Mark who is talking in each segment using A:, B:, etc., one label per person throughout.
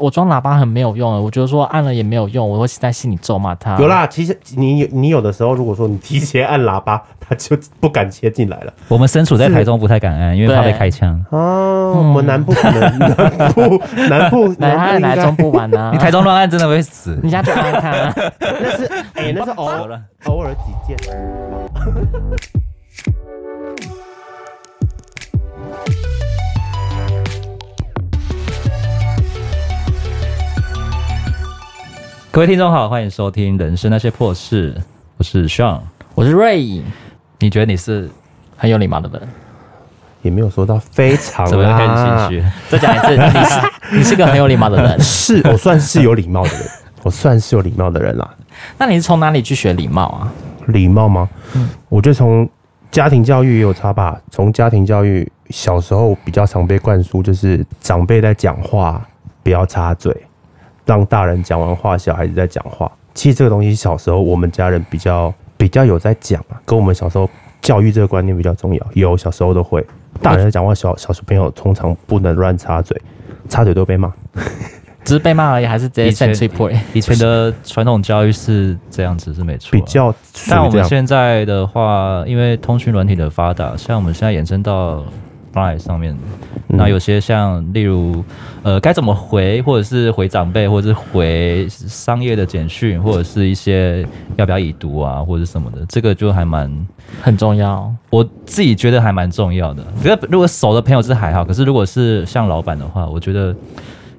A: 我装喇叭很没有用啊的，我觉得说按了也没有用，我会在心里咒骂他。
B: 有啦，其实你你有的时候，如果说你提前按喇叭，他就不敢切进来了
C: 我们身处在台中不太敢按，因为怕被开枪。
B: 啊。我们南部可能南部南部
A: 来
B: 南部
A: 啊，
B: 应
A: 来
B: 该
A: 中部玩啊，
C: 你台中乱按真的会死。
A: 人家就爱 他。啊
B: 那是 哎，那是偶
C: 好了
B: 偶尔几件。
C: 各位听众好，欢迎收听《人生那些破事》，我是 Sean。
A: 我是瑞颖，
C: 你觉得你是
A: 很有礼貌的人。
B: 也没有说到非常啊
C: 怎么会很
B: 啦
C: 情，绪？
A: 再讲一 次，你是你是个很有礼貌的人。
B: 是我算是有礼貌的人，我算是有礼貌的人啦。
A: 那你是从哪里去学礼貌啊？
B: 礼貌吗？
C: 嗯
B: 我觉得从家庭教育也有差吧。从家庭教育，小时候比较常被灌输，就是长辈在讲话不要插嘴，让大人讲完话，小孩子在讲话。其实这个东西小时候我们家人比较比较有在讲啊，跟我们小时候教育这个观念比较重要。有小时候都会，大人在讲话，小小小朋友通常不能乱插嘴，插嘴都被骂。
A: 只是被骂而已，还是直接
C: 以前
A: 扇脆破？
C: 以前的传统教育是这样子，是没错。啊
B: 比，较属
C: 但
B: 于
C: 我
B: 这
C: 们
B: 样。
C: 现在的话，因为通讯软体的发达，像我们现在延伸到 Line 上面，
B: 嗯
C: 那、有些像例如呃该怎么回，或者是回长辈，或者是回商业的简讯，或者是一些要不要已读啊，或者是什么的，这个就还蛮
A: 很重要。
C: 我自己觉得还蛮重要的。可是如果熟的朋友是还好，可是如果是像老板的话，我觉得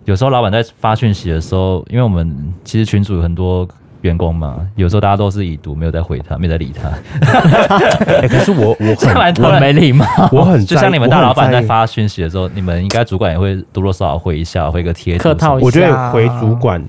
C: 有时候老板在发讯息的时候，因为我们其实群组有很多员工嘛，有时候大家都是已读，没有在回他，没有在理他，
B: 哎、可是我我
C: 这蛮
B: 很
C: 突
A: 我
C: 然
A: 没礼貌，
B: 我很
C: 就
B: 在
C: 像你们大
B: 我很
C: 老板在
B: 意
C: 发讯息的时候，你们应该主管也会多多少少回一下，回个贴图
A: 客套
C: 什么
A: 一
B: 我觉
A: 下
B: 得回主管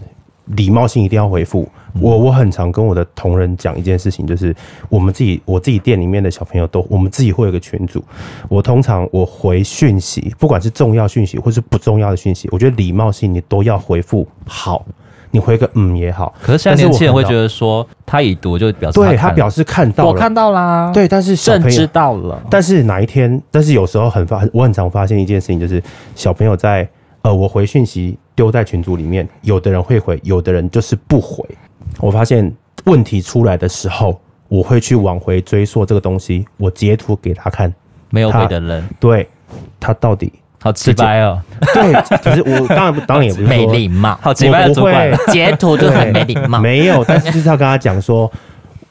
B: 礼貌性一定要回复。我我很常跟我的同仁讲一件事情，就是我们自己我自己店里面的小朋友都，我们自己会有一个群组。我通常我回讯息，不管是重要讯息或是不重要的讯息，我觉得礼貌性你都要回复好。你回个嗯也好，
C: 可是现在
B: 但是
C: 年
B: 我
C: 轻人会
B: 看
C: 觉
B: 到
C: 得说，他已读就表示
B: 对
C: 他
B: 他
C: 看
B: 表示看到
A: 我
B: 了，
A: 看到啦，，
B: 对，但是小
A: 朕
B: 朋友
A: 知道了。
B: 但是哪一天，但是有时候很发，我很常发现一件事情，就是小朋友在呃，我回讯息丢在群组里面，有的人会回，有的人就是不回。我发现问题出来的时候，我会去往回追溯这个东西，我截图给他看，
C: 没有回的人，
B: 对他到底
C: 好直白哦，
B: 对，可是我当然不当然也不是
A: 没
B: 说
A: 礼貌，
C: 好直白的
B: 我
C: 主管
B: 我，
A: 截图就很没礼貌。，
B: 没有，但是就是要跟他讲说，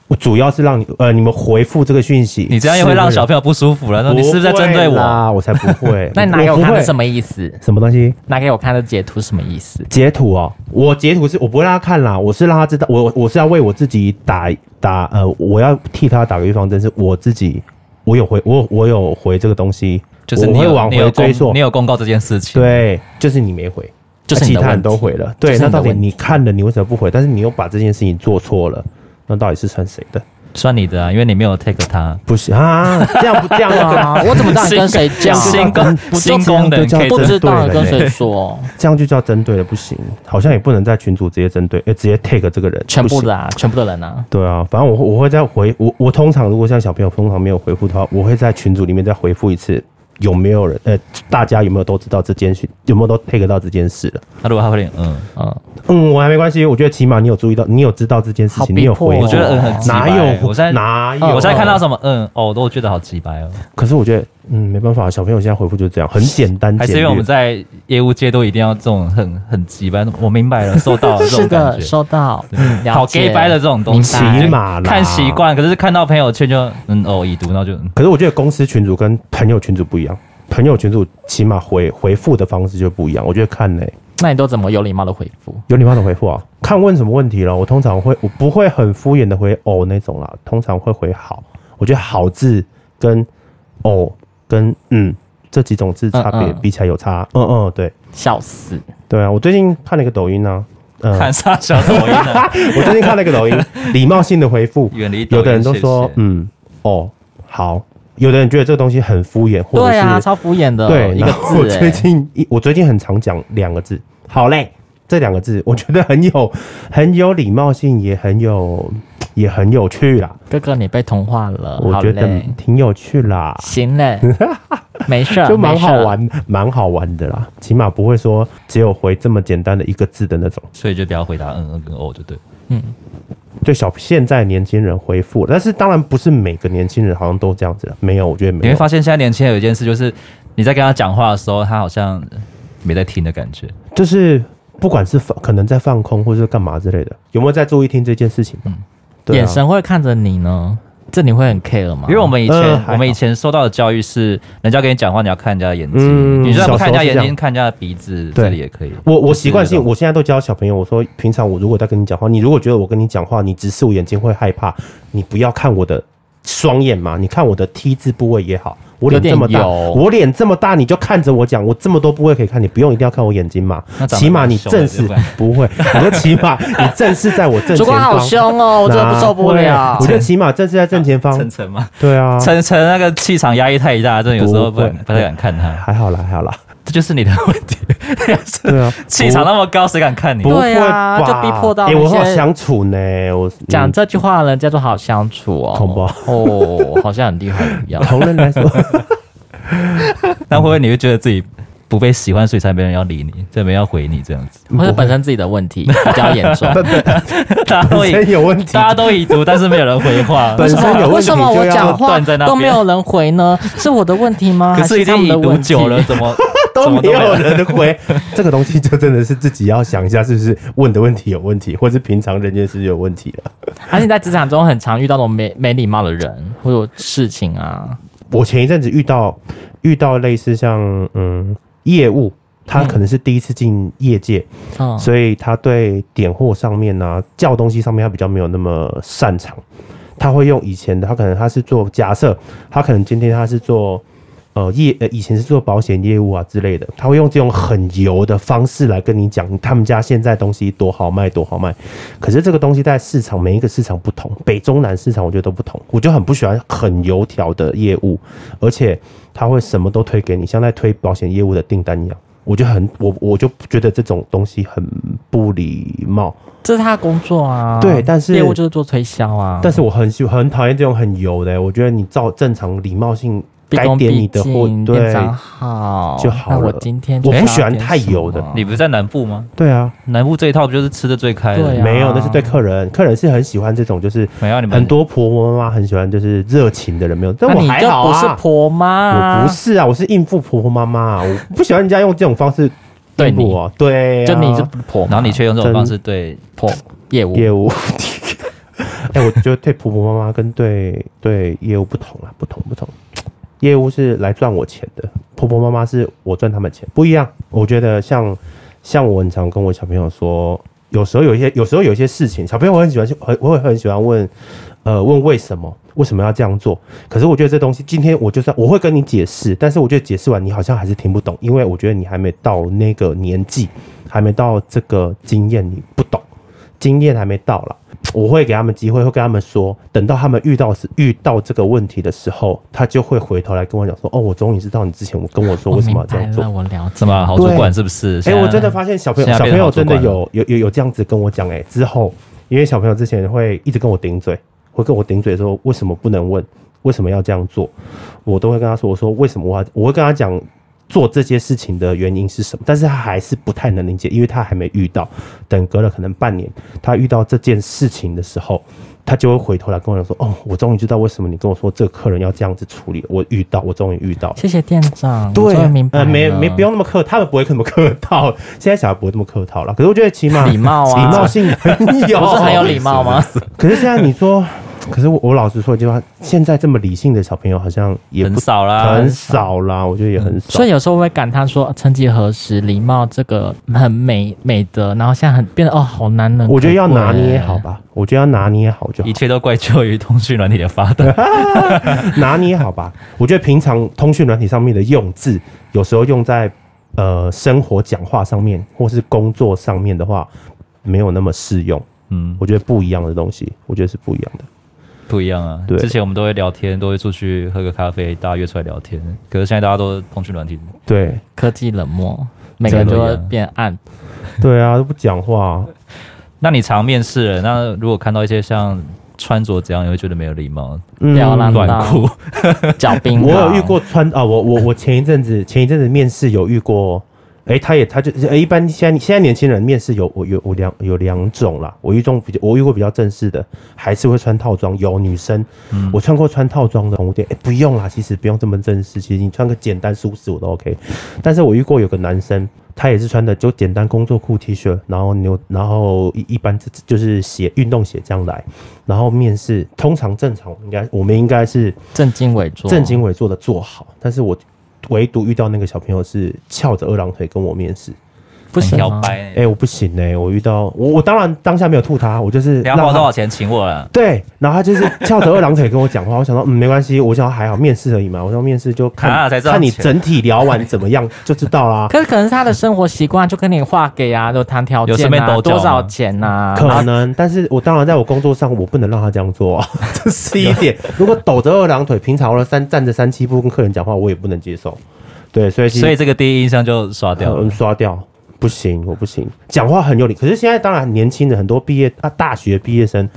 B: 我主要是让你呃你们回复这个讯息，
C: 你这样又会让小朋友不舒服了。那你是不是在针对
B: 不会
C: 我？
B: 啦？我才不会
A: 那你拿给我
B: 不
A: 看
B: 会
A: 是什么意思？
B: 什么东西？
A: 拿给我看的截图是什么意思？
B: 截图哦，我截图是我不会让他看啦，我是让他知道，我我是要为我自己打打呃，我要替他打个预防针，是我自己，我有回我有我有回这个东西，
C: 就是
B: 我
C: 你
B: 会
C: 有
B: 往
C: 你有
B: 回追
C: 公
B: 溯
C: 你，有公告这件事情，
B: 对，就是你没回，
A: 就是你
B: 啊其
A: 的
B: 他
A: 问
B: 人
A: 题
B: 都回了，对，
A: 就是
B: 那
A: 你的
B: 到底
A: 问
B: 你看了你为什么不回？但是你又把这件事情做错了，那到底是算谁的？
C: 算你的啊，因为你没有 take 他。
B: 不行啊，这样不这样不
A: 啊！我怎么知道你跟谁 讲？
B: 跟
C: 新工
A: 我
C: 新工的人可以
A: 不
C: 针
A: 知道你
B: 对
A: 跟
B: 嘞
A: 谁说，
B: 这样就叫针对了，不行，好像也不能在群主直接针对，呃，直接 take 这个人，
A: 全
B: 不
A: 部
B: 行
A: 的啊，全部的人啊。
B: 对啊，反正我会我会再回我我通常如果像小朋友通常没有回复的话，我会在群组里面再回复一次，有没有人呃大家有没有都知道这件事，有没有都 take 到这件事了？
C: 那如果他会嗯，
A: 嗯，
B: 嗯，我还没关系，我觉得起码你有注意到，你有知道这件事
A: 好
B: 情，
A: 逼
B: 你有
A: 迫
B: 回
A: 哦
B: 复，欸
C: 我觉得嗯很鸡
B: 哪
C: 掰
B: 有啊
C: 我现在
B: 哪有？
A: 嗯
C: 我现在看到什么嗯哦，我都觉得好鸡白哦，
B: 可是我觉得嗯没办法，小朋友现在回复就是这样，很简单，
C: 还是因
B: 简
C: 为
B: 略
C: 我们在业务界都一定要这种很很鸡白，我明白了，收到 了这
A: 是
C: 种感
A: 的，
C: 觉。
A: 收到。嗯，了
C: 好
A: 解
C: gay 掰的这种东西，
A: 明白
B: 起码啦
C: 看习惯，可是看到朋友圈就嗯哦已读，然后就嗯
B: 可是我觉得公司群组跟朋友群组不一样，朋友群组起码回回复的方式就不一样，我觉得看嘞、
A: 那你都怎么有礼貌的回复？
B: 有礼貌的回复啊，看问什么问题了。我通常会，我不会很敷衍的回哦那种啦，通常会回好。我觉得好字跟哦跟嗯这几种字差别
A: 嗯嗯
B: 比起来有差。嗯嗯，对
A: 笑死！
B: 对啊，我最近看了一个抖音啊，嗯、
C: 看啥小抖 音啊，
B: 我最近看了一个抖 音，礼貌性的回复，
C: 远离抖音
B: 有的人都说
C: 谢谢
B: 嗯哦好，有的人觉得这个东西很敷衍，或者
A: 对
B: 是
A: 啊，超敷衍的，
B: 对，
A: 一个
B: 然后我
A: 字、
B: 最
A: 欸。
B: 近一我最近很常讲两个字，好嘞，这两个字我觉得很有很有礼貌性，也很有也很有趣啦，
A: 哎哥哥，你被同化了，
B: 我
A: 好
B: 觉得
A: 嘞，
B: 挺有趣啦，
A: 行嘞， 没事儿，
B: 就蛮
A: 啊没事
B: 好
A: 儿。
B: 玩，蛮好玩的啦，起码不会说只有回这么简单的一个字的那种。
C: 所以就不要回答嗯嗯跟哦就对。
A: 嗯，
B: 对小现在年轻人回复，但是当然不是每个年轻人好像都这样子了，没有，我觉得
C: 你
B: 没
C: 会
B: 有。
C: 发现现在年轻人有一件事，就是你在跟他讲话的时候，他好像没在听的感觉。
B: 就是不管是放可能在放空或是干嘛之类的，有没有在注意听这件事情？嗯，对、啊
A: 眼，神会看着你呢，这你会很 care 吗？
C: 因为我们以前、
B: 呃还好
C: 我们以前受到的教育是，人家跟你讲话，你要看人家的眼睛，
B: 嗯
C: 你虽然不看人家
B: 小时候是
C: 眼
B: 这
C: 睛，
B: 样
C: 看人家的鼻子，
B: 对
C: 这里也可以。
B: 我我习惯性，
C: 就是那种
B: 我现在都教小朋友，我说平常我如果在跟你讲话，你如果觉得我跟你讲话，你直视我眼睛会害怕，你不要看我的双眼嘛，你看我的 T 字部位也好，我脸这么
A: 有
B: 大，
A: 点油
B: 我脸这么大，你就看着我讲，我这么多部位可以看，你不用一定要看我眼睛嘛
C: 那，长得
B: 起码
C: 很
B: 你
C: 凶
B: 正
C: 的
B: 视
C: 对不对
B: 不会，我说起码你正视在我正
A: 主
B: 前
A: 管好
B: 方。
A: 凶哦，我真的不受不
B: 哪
A: 了
B: 会。我觉得起码这是在正前方
C: 晨，晨嘛，
B: 对 啊，
C: 晨晨那个气场压抑太大，真的有时候不
B: 不会
C: 敢不太敢看他。
B: 还好啦，还好 啦，
C: 这就是你的问题，
B: 对啊，
C: 气场那么高，谁敢看你
B: 不？会
A: 对啊
B: 吧？
A: 就逼迫到
B: 哎，我
A: 那些
B: 好相处呢，我嗯
A: 讲这句话呢，叫做好相处哦。
B: 恐怖
A: 哦，好像很厉害一 样
B: 嗯。同人来说，
C: 那会不会你会觉得自己不被喜欢，所以才没人要理你，才没人要回你这样子？
A: 或者本身自己的问题比较严重，
C: 大家 都
B: 本
C: 已
B: 身有问题
C: 大，家都已读，但是没有人回 话。
B: 本身有
A: 为
B: 问题
A: 什么
B: 就
A: 我
B: 要
A: 讲话
C: 断在那边
A: 都没有人回呢？是我的问题吗？
C: 可
A: 还
C: 是已
A: 他
C: 经
A: 们
C: 已
A: 的
C: 读
A: 问题
C: 久 了，怎么
B: 都
C: 怎么
B: 没有
C: 人？
B: 人回， 这个东西就真的是自己要想一下，是不是问的问题有问题，或是平常人家是有问题了。
A: 而且在职场中很常遇到那种没没礼貌的人或者事情啊，
B: 我前一阵子遇到遇到类似像嗯业务，他可能是第一次进业界，
A: 嗯，
B: 所以他对点货上面啊、叫东西上面，他比较没有那么擅长。他会用以前的，他可能他是做假设，他可能今天他是做呃业呃以前是做保险业务啊之类的，他会用这种很油的方式来跟你讲他们家现在东西多好卖多好卖。可是这个东西在市场每一个市场不同，北中南市场我觉得都不同，我就很不喜欢很油条的业务，而且他会什么都推给你，像在推保险业务的订单一样。我就很我我就觉得这种东西很不礼貌，
A: 这是他的工作啊。
B: 对但是
A: 业务就是做推销啊。
B: 但是我很喜很讨厌这种很油的、我觉得你照正常礼貌性
A: 毕
B: 该
A: 恭
B: 点
A: 毕
B: 你的货
A: 敬，
B: 对
A: 店长好
B: 就好
A: 那我
B: 了
A: 今天
B: 我
A: 就
B: 不
A: 要
B: 喜欢
A: 点
B: 太
A: 什
B: 油的
A: 么
C: 你不是在南部吗？
B: 对啊，
C: 南部这一套不就是吃的最开
A: 对
C: 的？
A: 啊
B: 没有，那是对客人，客人是很喜欢这种，就是
C: 没有你们
B: 很多婆婆妈妈很喜欢就是热情的人，没有，但
A: 那
B: 我
A: 你
B: 还
A: 就
B: 好
A: 不是
B: 啊，
A: 婆妈啊，
B: 我不是啊，我是应付婆婆妈妈啊、我不喜欢人家用这种方式
A: 对
B: 应付
A: 你
B: 我，对、啊，
A: 就你是 婆妈，
C: 然后你却用这种
B: 真
C: 方式对
A: 婆业务
B: 业务。 哎、我觉得对婆婆妈妈跟对对业务不同啊，不同不同。业务是来赚我钱的，婆婆妈妈是我赚他们钱，不一样。我觉得像像我很常跟我小朋友说，有时候有一些有时候有一些事情，小朋友我很喜欢去很我会很喜欢问，呃，问为什么为什么要这样做？可是我觉得这东西今天我就算我会跟你解释，但是我觉得解释完你好像还是听不懂，因为我觉得你还没到那个年纪，还没到这个经验，你不懂。经验还没到啦，我会给他们机会，会跟他们说，等到他们遇到时遇到这个问题的时候，他就会回头来跟我讲说，哦，我终于知道你之前我跟我说为什么要这样做
A: 我哦明。白了我了解
C: 什么好主管
B: 对
C: 是不是？
B: 哎、
C: 现在
B: 我真的发现小朋友
C: 现
B: 小
C: 在
B: 朋
C: 变得
B: 友
C: 好主
B: 真
C: 管
B: 的有有有有这样子跟我讲，哎，之后因为小朋友之前会一直跟我顶嘴，会跟我顶嘴说为什么不能问，为什么要这样做，我都会跟他说，我说为什么我要，我会跟他讲。做这些事情的原因是什么？但是他还是不太能理解，因为他还没遇到。等隔了可能半年，他遇到这件事情的时候，他就会回头来跟我讲说：“哦，我终于知道为什么你跟我说这个客人要这样子处理，我遇到，我终于遇到。”
A: 谢谢店长，我
B: 对，
A: 终于明白
B: 呃，
A: 了，
B: 没没不用那么客，他们不会那么客套。现在小孩不会那么客套了，可是我觉得起码
A: 礼貌啊
B: 礼貌性很有，
A: 不是很有礼貌吗？
B: 可是现在你说，可是我我老实说一句话，现在这么理性的小朋友好像也
C: 很
B: 不
C: 少啦，
B: 很少啦，我觉得也很少
A: 啊所。以有时候我会感叹说，啊曾几何时，礼貌这个很美美德，然后现在很欸变得哦，好难能可贵。
B: 我觉得要拿捏好吧，我觉得要拿捏好就好
C: 一，切都怪咎于通讯软体的发达。
B: 拿捏好吧。我觉得平常通讯软体上面的用字，有时候用在呃生活讲话上面或是工作上面的话，没有那么适用。
C: 嗯，
B: 我觉得不一样的东西，我觉得是不一样的。
C: 不一样啊。
B: 对
C: 之前我们都会聊天，都会出去喝个咖啡，大家约出来聊天。可是现在大家都通讯软体，
B: 对，
A: 科技冷漠，每个人都会变暗。
B: 对啊，都不讲话，
C: 那你常面试了，那如果看到一些像穿着怎样，你会觉得没有礼貌，
A: 吊
B: 嗯
A: 兰
C: 短
A: 到
C: 裤。
A: 脚冰
B: 我 有
A: 雹
B: 遇过穿啊，我我我前一阵子前一阵子面试有遇过，哎、他也他就哎、一般现在现在年轻人面试有我有我两有两种啦，我遇中比较我遇过比较正式的，还是会穿套装，有女生，我穿过穿套装的宠物店，哎、不用啦，其实不用这么正式，其实你穿个简单舒适我都 OK，但是我遇过有个男生。他也是穿的就简单工作裤、T 恤，然后牛，然后一一般就就是鞋、运动鞋这样来，然后面试通常正常，应该我们应该是
A: 正襟危
C: 啊
A: 坐，
B: 正襟危坐的做好，但是我唯独遇到那个小朋友是翘着二郎腿跟我面试，
A: 不行啊
C: 摇
A: 吗？
C: 摆
B: 哎、，我不行哎、我遇到我我当然当下没有吐他，我就是
C: 你要
B: 让
C: 花我
B: 他
C: 多少钱请我啊了？
B: 对，然后他就是翘着二郎腿跟我讲话，我想说嗯没关系，我想说还好面试而已嘛，我说面试就看、
C: 啊才知道
B: 看你
C: 钱
B: 整体聊完怎么 样就知道啦。
A: 可是可能是他的生活习惯就跟你划给啊，就谈条
C: 有
A: 件
C: 顺便
A: 啊，
C: 抖脚吗
A: 多少钱呐、啊？
B: 可能，但是我当然在我工作上，我不能让他这样做、啊， 这是一点。如果抖着二郎腿，平常了三站着三七步跟客人讲话，我也不能接受。对，所以其实
C: 所以这个第一印象就刷掉了
B: 嗯，。刷掉，不行，我不行，讲话很有理。可是现在当然年轻的很多毕业啊，大学毕业生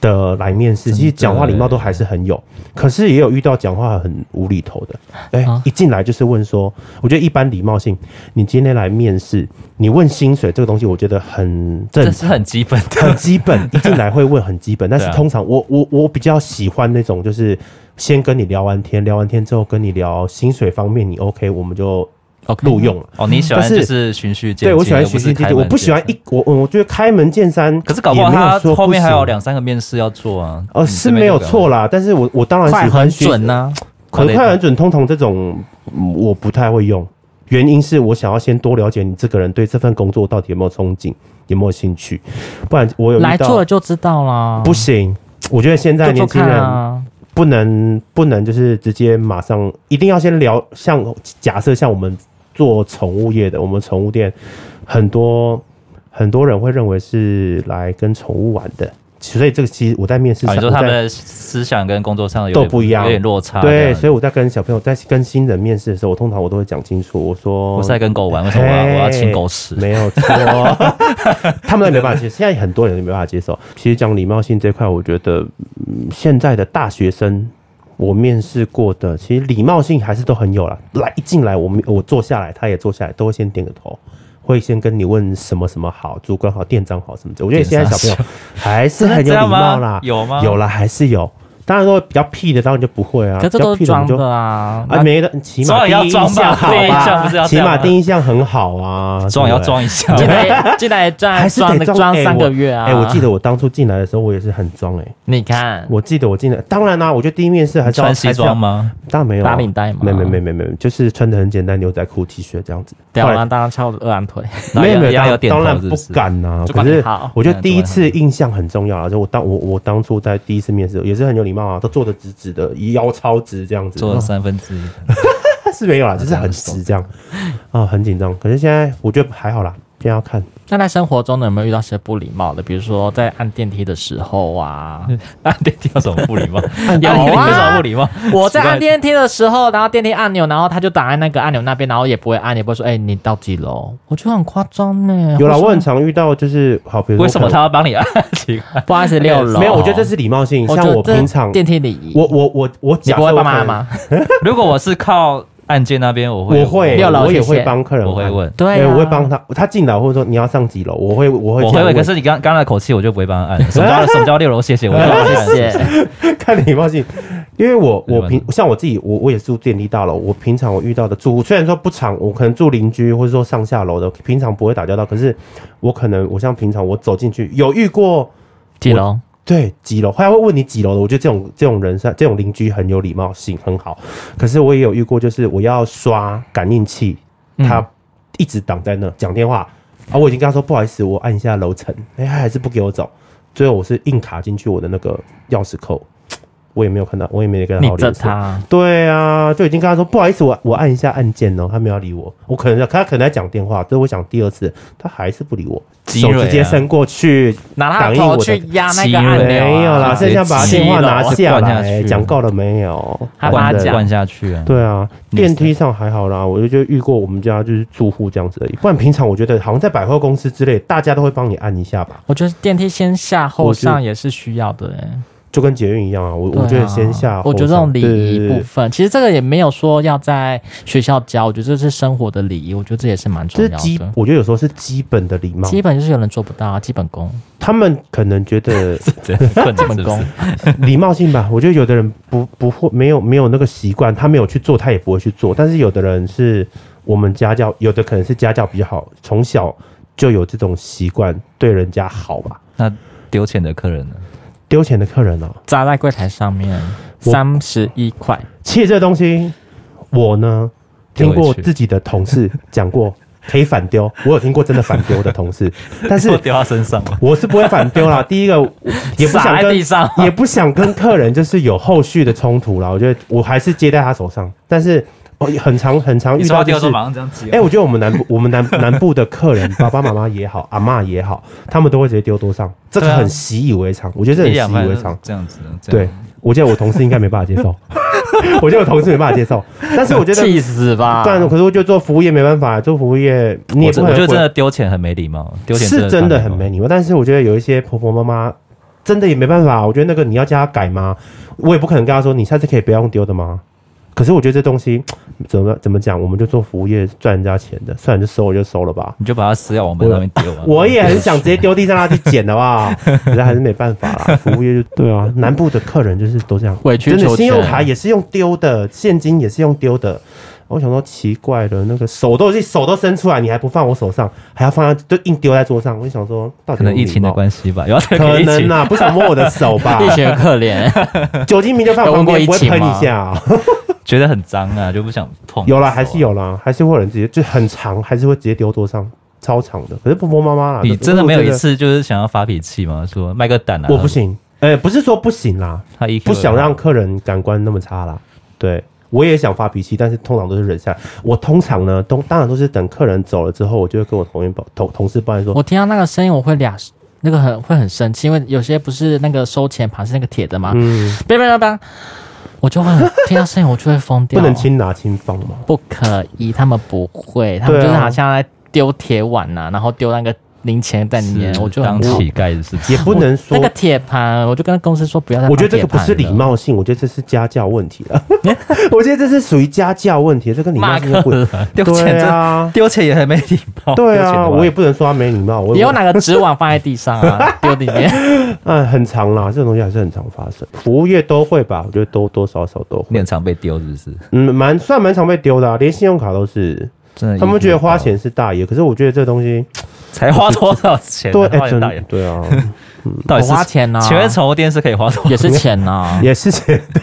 B: 的来面试，其实讲话礼貌都还是很有，可是也有遇到讲话很无厘头的，哎、
A: 啊
B: 一进来就是问说，我觉得一般礼貌性，你今天来面试，你问薪水这个东西，我觉得很正
C: 这
B: 常。
C: 是很基本的，
B: 很基本，一进来会问很基 本，但是
C: 对啊
B: 通常我我我比较喜欢那种就是先跟你聊完天，聊完天之后跟你聊薪水方面，你 OK 我们就
A: OK
B: 录用了。
C: 哦，你喜欢
B: 但是
C: 就是循序渐进，
B: 对我喜欢
C: 而不
B: 循
C: 是
B: 序渐
C: 开
B: 进，
C: 门
B: 我不喜欢
C: 见
B: 一我我觉得开门见山，
C: 可是搞不好
B: 也没有
C: 他
B: 说
C: 后面还有
B: 不行。
C: 两三个面试要做啊。
B: 呃，
C: 你
B: 是
C: 这边
B: 没有
C: 就搞
B: 错啦，但是我我当然
A: 快
B: 喜欢
A: 很
B: 学
A: 准
C: 啊
A: 呐、
B: 可能快很准，通常这种嗯我不太会用，原因是我想要先多了解你这个人对这份工作到底有没有憧憬，有没有兴趣，不然我有遇
A: 来
B: 到
A: 做了就知道啦。
B: 不行，我觉得现在
A: 做
B: 年
A: 做
B: 轻
A: 看
B: 人
A: 啊，
B: 不能不能就是直接马上，一定要先聊。像假设像我们做宠物业的，我们宠物店很多很多人会认为是来跟宠物玩的，所以这个其实我在面试
C: 啊
B: 上，
C: 你说
B: 我
C: 他
B: 在
C: 们的思想跟工作上有
B: 都
C: 点
B: 不一样
C: 有点落差。
B: 对，所
C: 以
B: 以我在跟小朋友在跟新人面试的时候，我通常我都会讲清楚，我说
C: 我是在跟狗玩，为什么我要
B: 嘿
C: 我要亲狗屎？
B: 没有错，哦 他们也没办法接受，现在很多人也没办法接受。其实讲礼貌性这块，我觉得、嗯现在的大学生，我面试过的，其实礼貌性还是都很有啦。来一进来，我们我坐下来，他也坐下来，都会先点个头。会先跟你问什么什么好，主管好，店长好什么的。我觉得现在小朋友 还是很有礼貌啦，
C: 有吗？
B: 有啦，还是有。当然说比较屁的，当然就不会啊。
A: 可是这
B: 比较
A: 都是
B: 屁的我
A: 装
B: 们就
A: 的啦。
B: 啊，没的，起码
C: 装也要
B: 第一
C: 装
B: 印
C: 吧
B: 象好
C: 第一印象不是
B: 吧？
C: 要
B: 起码
C: 这样吗
B: 第一印象很好啊，
C: 装也要
B: 对不对
C: 装一 下。
A: 进 来进来
B: 还
A: 装
B: 是得
A: 啊装
B: 装
A: 装
B: 哎
A: 三个
B: 我
A: 月啊！
B: 哎、我记得我当初进来的时候，我也是很装哎、
A: 你看
B: 我记得我进来，当然啦、我觉得第一面试还是要
C: 穿西装？
B: 还
C: 吗？
B: 是要当然没有、啊，
A: 打领带嘛
B: 没没没没没，就是穿的很简单，牛仔裤、T 恤这样子。
A: 吊
B: 后来
A: 兰当然翘着二郎腿，
B: 没有没有，
C: 要
B: 当
C: 有
B: 然
C: 点
B: 当
C: 头
B: 然
C: 是
B: 不
C: 不是
B: 敢呐、
A: 就
B: 可
A: 管
B: 是
A: 你好啊
B: 我觉得第一次印象很重要啊，就我当我我当初在第一次面试也是很有礼貌啊，都坐的直直的，腰超直这样子。
C: 做了三分 之一，
B: 但是没 有啦，就是很直这样啊、很紧张。可是现在我觉得还好啦，现在要看。
A: 那在生活中呢，有没有遇到些不礼貌的？比如说在按电梯的时候 啊，
C: 按电梯有什么不礼貌？按
A: 有
C: 电梯
A: 啊
C: 有什么不礼貌？
A: 我在
C: 奇怪
A: 按电梯的时候，然后电梯按钮，然后他就挡在那个按钮那边，然后也不会按，也不会说，哎、你到几楼？我觉得很夸张呢。
B: 有啦，
A: 或是
B: 我很常遇到，就是好，比如说
C: 为什么他要帮你按？ 奇怪，
A: 不好意思，六楼。
B: 没有？我觉得这是礼貌性，
A: 觉
B: 像
A: 得
B: 我
A: 这
B: 平常
A: 电梯礼仪，
B: 我我我我
A: 你
B: 假
A: 不
B: 设
A: 会帮
B: 我可
A: 忙
B: 能
A: 吗？
C: 如果我是靠按键那边，我会
B: 我会，
A: 六楼
B: 我也
A: 谢谢
B: 会帮客人，
C: 我会，问。
A: 对、
B: 哎，
A: 啊，
B: 我会帮他，他进来我会说你要上几楼，我会我会
C: 我
B: 这
C: 会
B: 样
C: 问，
B: 问，
C: 可是你刚刚刚的口气，我就不会帮他按。什么 叫什么叫六楼？谢谢，我就帮他按。
A: 啊谢谢。
B: 看礼貌性，因为我
C: 对
B: 我
C: 吧
B: 平像我自己，我我也住电梯大楼，我平常我遇到的住户虽然说不常，我可能住邻居或者说上下楼的，平常不会打交道，可是我可能我像平常我走进去有遇过。
A: 几楼？
B: 对，几楼？后来会问你几楼的，我觉得这种这种人是这种邻居很有礼貌性，很好。可是我也有遇过，就是我要刷感应器，
A: 嗯
B: 他一直挡在那讲电话，啊，我已经跟他说不好意思，我按一下楼层，哎、他还是不给我走。最后我是硬卡进去我的那个钥匙扣，我也没有看到，我也没跟他
A: 你
B: 好
A: 这
B: 脸色。
A: 他
B: 对啊，就已经跟他说不好意思，我我按一下按键哦，他没有要理我。我可能他可能在讲电话，所以我想第二次他还是不理我，
C: 鸡
B: 手
C: 肋
B: 直接
C: 啊
B: 伸过去
A: 拿他
B: 挡
A: 的
B: 硬
A: 头
B: 我的
A: 去压那个
C: 对
A: 按钮、啊，
B: 没有啦，
C: 直
B: 剩
C: 接
B: 下把
C: 气
B: 电话拿下
C: 灌下
B: 来，
C: 去
B: 讲够了没有？
A: 他把
C: 灌
A: 它
B: 真的
A: 讲
C: 灌下去啊。
B: 对啊，
C: 你是
B: 电梯上还好啦，我就就遇过我们家就是住户这样子而已。不然平常我觉得好像在百货公司之类，大家都会帮你按一下吧。
A: 我觉得电梯先下后
B: 我觉得
A: 上也是需要的、欸，
B: 就跟捷运一样啊，我、
A: 对啊
B: 我觉得先下后上，
A: 我觉得这种礼
B: 对对
A: 仪
B: 对对
A: 部分，其实这个也没有说要在学校教，我觉得这是生活的礼仪，我觉得这也是蛮重要
B: 这是
A: 的。
B: 基，我觉得有时候是基本的礼貌。
A: 基本就是有人做不到啊，基本功，
B: 他们可能觉得
C: 这样困
A: 基
C: 难
A: 本
C: 是不
A: 功
C: 是？，
A: 嗯
B: 礼貌性吧，我觉得有的人不不会没有没有那个习惯，他没有去做，他也不会去做。但是有的人是我们家教，有的可能是家教比较好，从小就有这种习惯，对人家好吧。
C: 那丢钱的客人呢？
B: 丢钱的客人哦、
A: 砸在柜台上面，
B: 我
A: 三十一块，
B: 其实这东西我呢
C: 丢
B: 听
C: 回去
B: 过自己的同事讲过可以反丢，我有听过真的反丢的同事，但是
C: 都 丢他身上 了。
B: 我是不会反丢啦。第一个我也不想
A: 撒在
B: 跟
A: 哎地上，
B: 也不想跟客人就是有后续的冲突啦。我觉得我还是接在他手上，但是我很常很常遇
C: 你
B: 到
C: 抓
B: 就
C: 丢
B: 是
C: 就，马上这样啊接。
B: 哎、我觉得我们南部我们南南部的客人，爸爸妈妈也好，阿嬷也好，他们都会直接丢桌上，这
C: 对
B: 个
C: 啊
B: 很习以为常。我觉得
C: 一
B: 这
C: 两
B: 很习
C: 万
B: 以为常。
C: 这样子，啊这
B: 对
C: 样，
B: 我觉得我同事应该没办法接受，我觉得我同事没办法接受，但是我觉得。
A: 气死吧！
B: 但可是我觉得做服务业没办法，做服务业你也
C: 我
B: 不可
C: 真我
B: 能
C: 觉得真
B: 回
C: 的丢钱很没礼貌，丢钱
B: 是真的很
C: 没礼貌
B: 没礼貌。但是我觉得有一些婆婆妈妈真的也没办法，我觉得那个你要叫她改吗？我也不可能跟她说你下次可以不要用丢的吗？可是我觉得这东西怎么怎么讲，我们就做服务业赚人家钱的，算了就收了就收了吧。
C: 你就把它撕掉往门上面丢啊。
B: 我也很想直接丢地上让她去捡，好不 好？可是还是没办法啦，服务业就对啊，南部的客人就是都这样，
A: 委曲
B: 真的
A: 求
B: 信
A: 全
B: 用，卡也是用丢的，现金也是用丢的。我想说奇怪了，那个手都已经手都伸出来，你还不放我手上，还要放在就硬丢在桌上。我就想说，到底
C: 可能
B: 有没
C: 疫
B: 有
C: 情的
B: 礼貌
C: 关系吧，然后
B: 可
C: 以一
B: 能啊
C: 起
B: 呐、 不想摸我的手 吧？
A: 一群可怜，
B: 酒精明就放
A: 有
B: 旁
A: 闻过
B: 边，不会
A: 疫情
B: 喷
A: 吗
B: 一下、啊。
C: 觉得很脏啊，就不想 碰。啊
B: 有啦，还是。有啦，还是会有人直接就很长，还是会直接丢桌上，超长的。可是婆婆妈妈啦，
C: 你
B: 可是
C: 真的
B: 啊我
C: 没有
B: 觉
C: 一
B: 得
C: 次就是想要发脾气吗？说卖个蛋啊！
B: 我不，行，呃、不是说不行啦，
C: 他 EQ
B: 不想让客人感官那么差啦。对，我也想发脾气，但是通常都是忍下来。我通常呢，都当然都是等客人走了之后，我就会跟我同员报同同事抱怨说，
A: 我听到那个声音，我会俩，那个很会很生气，因为有些不是那个收钱盘是那个铁的嘛，
B: 嗯，
A: 别别别别，我就会很听到声音，我就会疯掉，
B: 不能，轻拿轻放嘛。
A: 不可以，他们不会，他们
B: 对啊
A: 就是好像在丢铁碗呐、然后丢那个零钱在里面，
C: 是
A: 我就很
C: 当
A: 不
C: 乞丐的事
B: 也
C: 情。
B: 不能说
A: 那个铁盘，我就跟公司说不要再，
B: 我觉得这个不是礼。貌性，我觉得这是家教问题了。 我觉得这是属于家教问题，这跟礼貌
A: 骂
B: 性不
A: 客人，
C: 丢钱
B: 对
C: 真
B: 啊，
C: 丢钱也很没礼貌。
B: 对
C: 丢钱的
B: 啊，
C: 话
B: 我也不能说他没礼貌。我
A: 你用哪个纸碗放在地上啊？丢里面。
B: 嗯，很长啦，这种东西还是很常发生，服务业都会吧？我觉得多多少少都会，
C: 你很常被丢，是不是？
B: 嗯，蛮算蛮常被丢的、啊，连信用卡都是。
C: 真的，
B: 他们觉得花钱是大爷，可是我觉得这东西
C: 才花多少钱？啊
B: 对，哎
C: 花
B: 真
C: 大眼，
B: 对啊，
C: 到底
A: 我花
C: 是
A: 钱呢、
C: 请问宠物店是可以花多少？
A: 也是钱呐、
B: 也是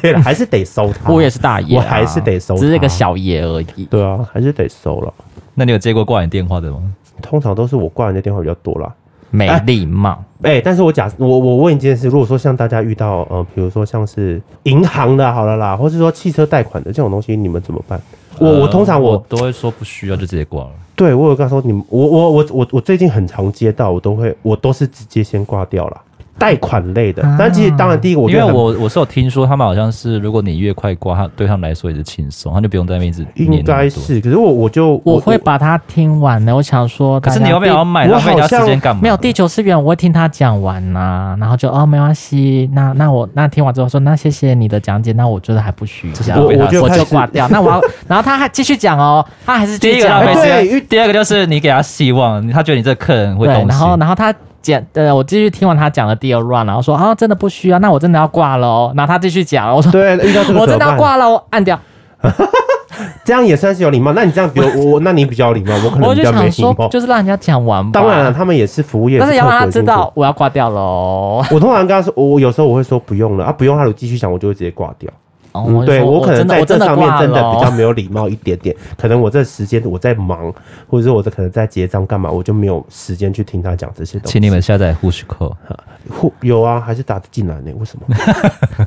B: 对 了，还是得收他。
A: 我也是大爷、啊，
B: 我还是得收
A: 只是一
B: 他
A: 个小爷而已。
B: 对啊，还是得收了。
C: 那你有接过挂你电话的吗？
B: 通常都是我挂人家电话比较多啦。
A: 没礼貌，
B: 哎、但是我假我我问一件事，如果说像大家遇到呃，比如说像是银行的好了啦，或是说汽车贷款的这种东西，你们怎么办？我我
C: 呃
B: 通常我
C: 都会说不需要，就直接挂了。
B: 对我有跟他说，你们我我我我我最近很常接到，我都会我都是直接先挂掉了贷款类
A: 啊
B: 的。但其实当然第一个我
C: 因
B: 觉
C: 为
B: 得很
C: 我我是有听说他们好像是，如果你越快挂，他对他们来说也是轻松，他就不用在那边一直念那
B: 应
C: 么
B: 该
C: 多。
B: 是，可是我我就
A: 我会把它听完的。我想说
C: 可
A: 大家
C: 是
A: 第，
C: 你要不要买？
B: 我
C: 浪费人
B: 好
C: 家
B: 像
C: 时间干嘛？
A: 没有第九次元，我会听他讲完呐、然后就哦没关系，那那我那听完之后说那谢谢你的讲解，那我觉得还不需
C: 这是
A: 要，
C: 浪
B: 费他
A: 我
B: 的时间
A: 我就挂掉。那我要，然后他还继续讲哦，他还是继
C: 第一
A: 续
C: 个
A: 讲哦、
C: 浪费时
B: 哎对因为
C: 间，第二个就是你给他希望，他觉得你这客人会
A: 对，
C: 动心。
A: 然后然后他讲，呃，我继续听完他讲的第二 round，然后说啊真的不需要，那我真的要挂了哦。然后他继续讲，我 说
B: 对遇到这个
A: 我真
B: 怎么
A: 的要
B: 办？
A: 挂了，我按掉。
B: 这样也算是有礼貌。那你这样比如我我那你比较有礼貌，我可能
A: 我
B: 比
A: 就
B: 较没
A: 想
B: 礼
A: 说
B: 貌，。
A: 就是让人家讲完吧。
B: 当然了，，啊他们也是服务业，
A: 但是
B: 也
A: 要
B: 刻
A: 让他
B: 苦的
A: 知
B: 辛
A: 道
B: 苦。
A: 我要挂掉喽。
B: 我通常跟他说，我我有时候我会说不用了啊，不用他如果继续讲，我就会直接挂掉。
A: 哦
B: 嗯，
A: 就
B: 对
A: 说
B: 我可能
A: 真的
B: 在
A: 我
B: 这
A: 真的
B: 上面
A: 挂哦
B: 真的
A: 咯
B: 比较没有礼貌一点点，可能我这时间我在忙，或者是我这可能在结账干嘛，我就没有时间去听他讲这些东西。
C: 请你们下载 w h o s Call，
B: 呼有啊，还是打得进来呢？为什 么？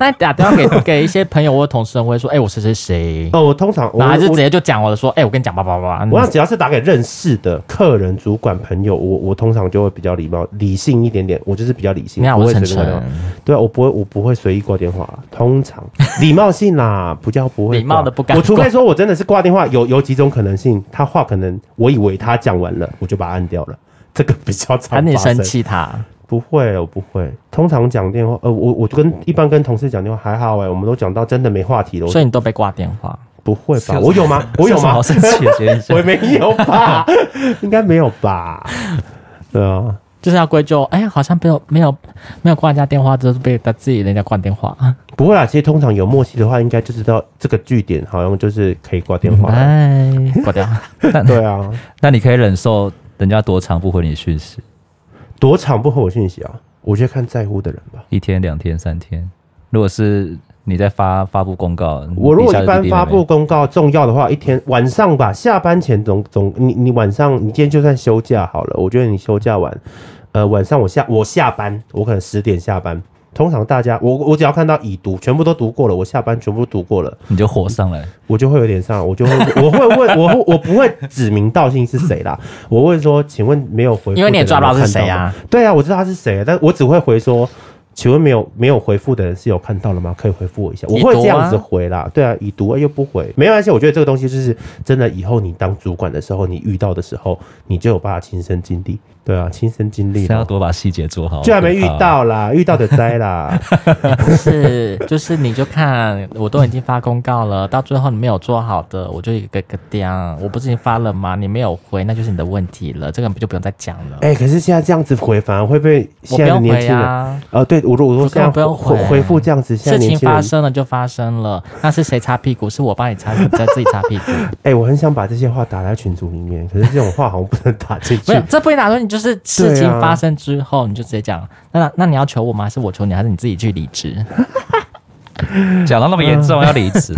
A: 那你打电话给 给一些朋友或同事，我会说，哎，我是谁谁，
B: 哦，我通常我
A: 然后还是直
B: 我
A: 接就讲我的说，哎，我跟你讲吧吧吧。
B: 我想只要是打给认识的客人、主管、朋友，我我通常就会比较礼貌、理性一点点。我就是比较理性，
A: 你看
B: 不
A: 我
B: 会
A: 是陈
B: 随便挂
A: 晨
B: 电话，对啊，我不会，我不会随意挂电话啦，通常 礼貌性啦，不叫不会挂
A: 礼貌的不敢
B: 我除非
A: 挂
B: 说我真的是挂电话，有有几种可能性，他 话可能我以为他讲完了，我就把他按掉了，这个比较常
A: 啊喊你
B: 发
A: 生
B: 生。
A: 气他，
B: 不会，我不会。通常讲电话，呃，我我跟一般跟同事讲电话还好哎、我们都讲到真的没话题了，
A: 所
B: 我
A: 以你都被挂电话。
B: 不会吧？
C: 是
B: 我有吗？我有吗
C: 好？生气的结
B: 我
C: 论
B: 没有吧？ 应该没有吧？对啊，
A: 就是要归咎，哎、好像没有没有没有挂人家电话，就是被他自己人家挂电话。
B: 不会啦。其实通常有默契的话，应该就知道这个据点好像就是可以挂电话。
A: 哎，挂 掉。
B: 对啊，
C: 嗯那你可以忍受人家多长不回你讯息？
B: 多长不回我讯息啊？我就看在乎的人吧。
C: 一天、两天、三天？如果是你在发发布公告，
B: 我如果
C: 底下
B: 一
C: 的
B: 般
C: 弟弟妹妹
B: 发布公告重要的话，一天晚上吧，下班前总总你你晚上你今天就算休假好了，我觉得你休假完，呃晚上我下我下班，我可能十点下班，通常大家我我只要看到已读全部都读过了，我下班全部都读过了，
C: 你就火上来，
B: 我就会有点上，我就会 我会问我会我不会指名道姓是谁啦，我会说请问没有回复的人，
A: 因为你也抓不到
B: 有看
A: 是谁
B: 到吗
A: 啊？
B: 对啊，我知道他是谁，但我只会回说，请问没有没有回复的人是有看到了吗？可以回复我一下，我
A: 已读啊
B: 会这样子回啦。对啊，已读啊又不回，没关系。我觉得这个东西就是真的，以后你当主管的时候，你遇到的时候，你就有办法亲身经历。对啊，亲身经历
C: 是要
B: 啦。
C: 多把细节做好。
B: 居然没遇
C: 好可怕哦，
B: 到啦，遇到的灾啦。
A: 是，就是你就看，我都已经发公告了，到最后你没有做好的，我就一个个叮。我不是已经发了吗？你没有回，那就是你的问题了，这个就不用再讲了。
B: 哎、可是现在这样子回，反而会被
A: 我不
B: 现在的
A: 用
B: 年
A: 回
B: 轻人。
A: 啊，
B: 呃，对，我如果说
A: 不
B: 现
A: 跟
B: 在
A: 我不用
B: 回
A: 回
B: 回复这样子，现
A: 事
B: 在年
A: 情
B: 轻人
A: 发，生了就发生了，那是谁擦屁股？是我帮你擦，你再自己擦 屁股。
B: 哎、我很想把这些话打在群组里面，可是这种话好像不能打进去
A: 没有，。这不能打说你就是事
B: 对
A: 情
B: 啊
A: 发生之后，你就直接讲。那那你要求我吗？还是我求你？还是你自己去离职？
C: 讲到那么严重，要离 职，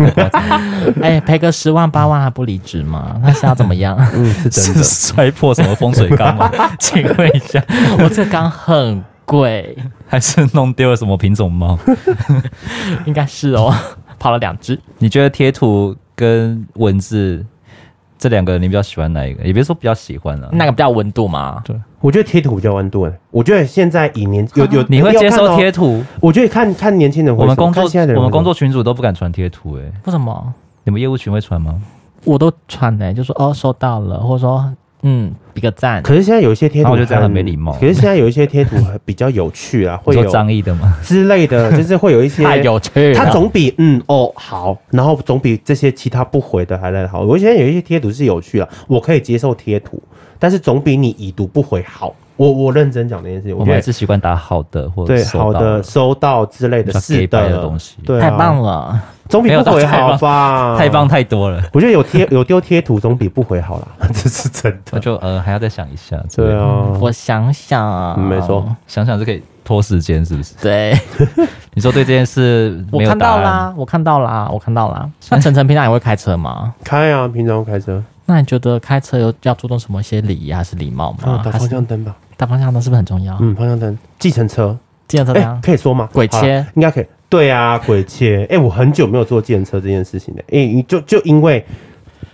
A: 哎、赔个十万八万还不离职吗？那是要怎么样？
B: 嗯，是真
C: 是
B: 的。
C: 摔破什么风水缸吗？ 请问一下，
A: 我这缸很贵，
C: 还是弄丢了什么品种猫？
A: 应该是哦， 跑了两只。
C: 你觉得贴图跟文字这两个，你比较喜欢哪一个？也别说比较喜欢了，
A: 那个比较有温度嘛，
B: 我觉得贴图比较温度。我觉得现在以年有有
C: 你会接受？
B: 要看
C: 贴
B: 哦
C: 图？
B: 我觉得看看年轻人会
C: 我
B: 什么，
C: 们工作
B: 看现在的人会
C: 我们工
B: 什么
C: 作群组都不敢传贴图、欸，哎，
A: 为什么？
C: 你们业务群会传吗？
A: 我都传呢、就说哦收到了，或者说嗯比个赞。
B: 可是现在有一些贴
C: 那
B: 图
C: 我就这样很没礼貌
B: 可是现在有一些贴图还比较有趣 啊，
C: 你
B: 会
C: 说
B: 有
C: 张毅的吗？
B: 之类的，就是会 有一些
A: 太有趣了，
C: 啊
B: 它总比嗯哦好，然后总比这些其他不回的还来得好。我觉得有一些贴图是有趣啊，我可以接受贴图，但是总比你已读不回好。我我认真讲这件事情，
C: 我
B: 我觉
C: 们还
B: 得
C: 是习惯打好的或者
B: 对
C: 收
B: 好
C: 到
B: 的收到之类
C: 比
B: 的
C: 较
B: 是
C: gay 白的东西
B: 对啊，
A: 太棒了。
B: 总比
C: 没有
B: 不
C: 到
B: 回
C: 太棒
B: 好吧？
C: 太棒太多 了，
B: 我觉得有贴有丢贴图总比不回好啦， 这是真
C: 那
B: 的。
C: 就呃还要再想一下。之
B: 对
C: 类的，
B: 啊，
A: 我想想，
B: 嗯没错，
C: 想想是可以拖时间，是不是？
A: 对
C: 你说对这件事
A: 我
C: 没有
A: 看
C: 答
A: 到
C: 案，
A: 啦，我看到啦，我看到啦。那晨晨平常也会开车吗？
B: 开啊，平常开车，
A: 那你觉得开车有要注重什么一些礼仪还是礼貌吗
B: 啊，？
A: 还
B: 打方
A: 是
B: 向灯吧，
A: 打方向灯是不是很重要？
B: 嗯，方向灯，计程车，
A: 计程车
B: 哎、
A: 怎样？
B: 可以说吗？
A: 鬼切
B: 好啦应该可以。对啊，鬼切。哎、我很久没有坐电车这件事情了、哎、你就就因为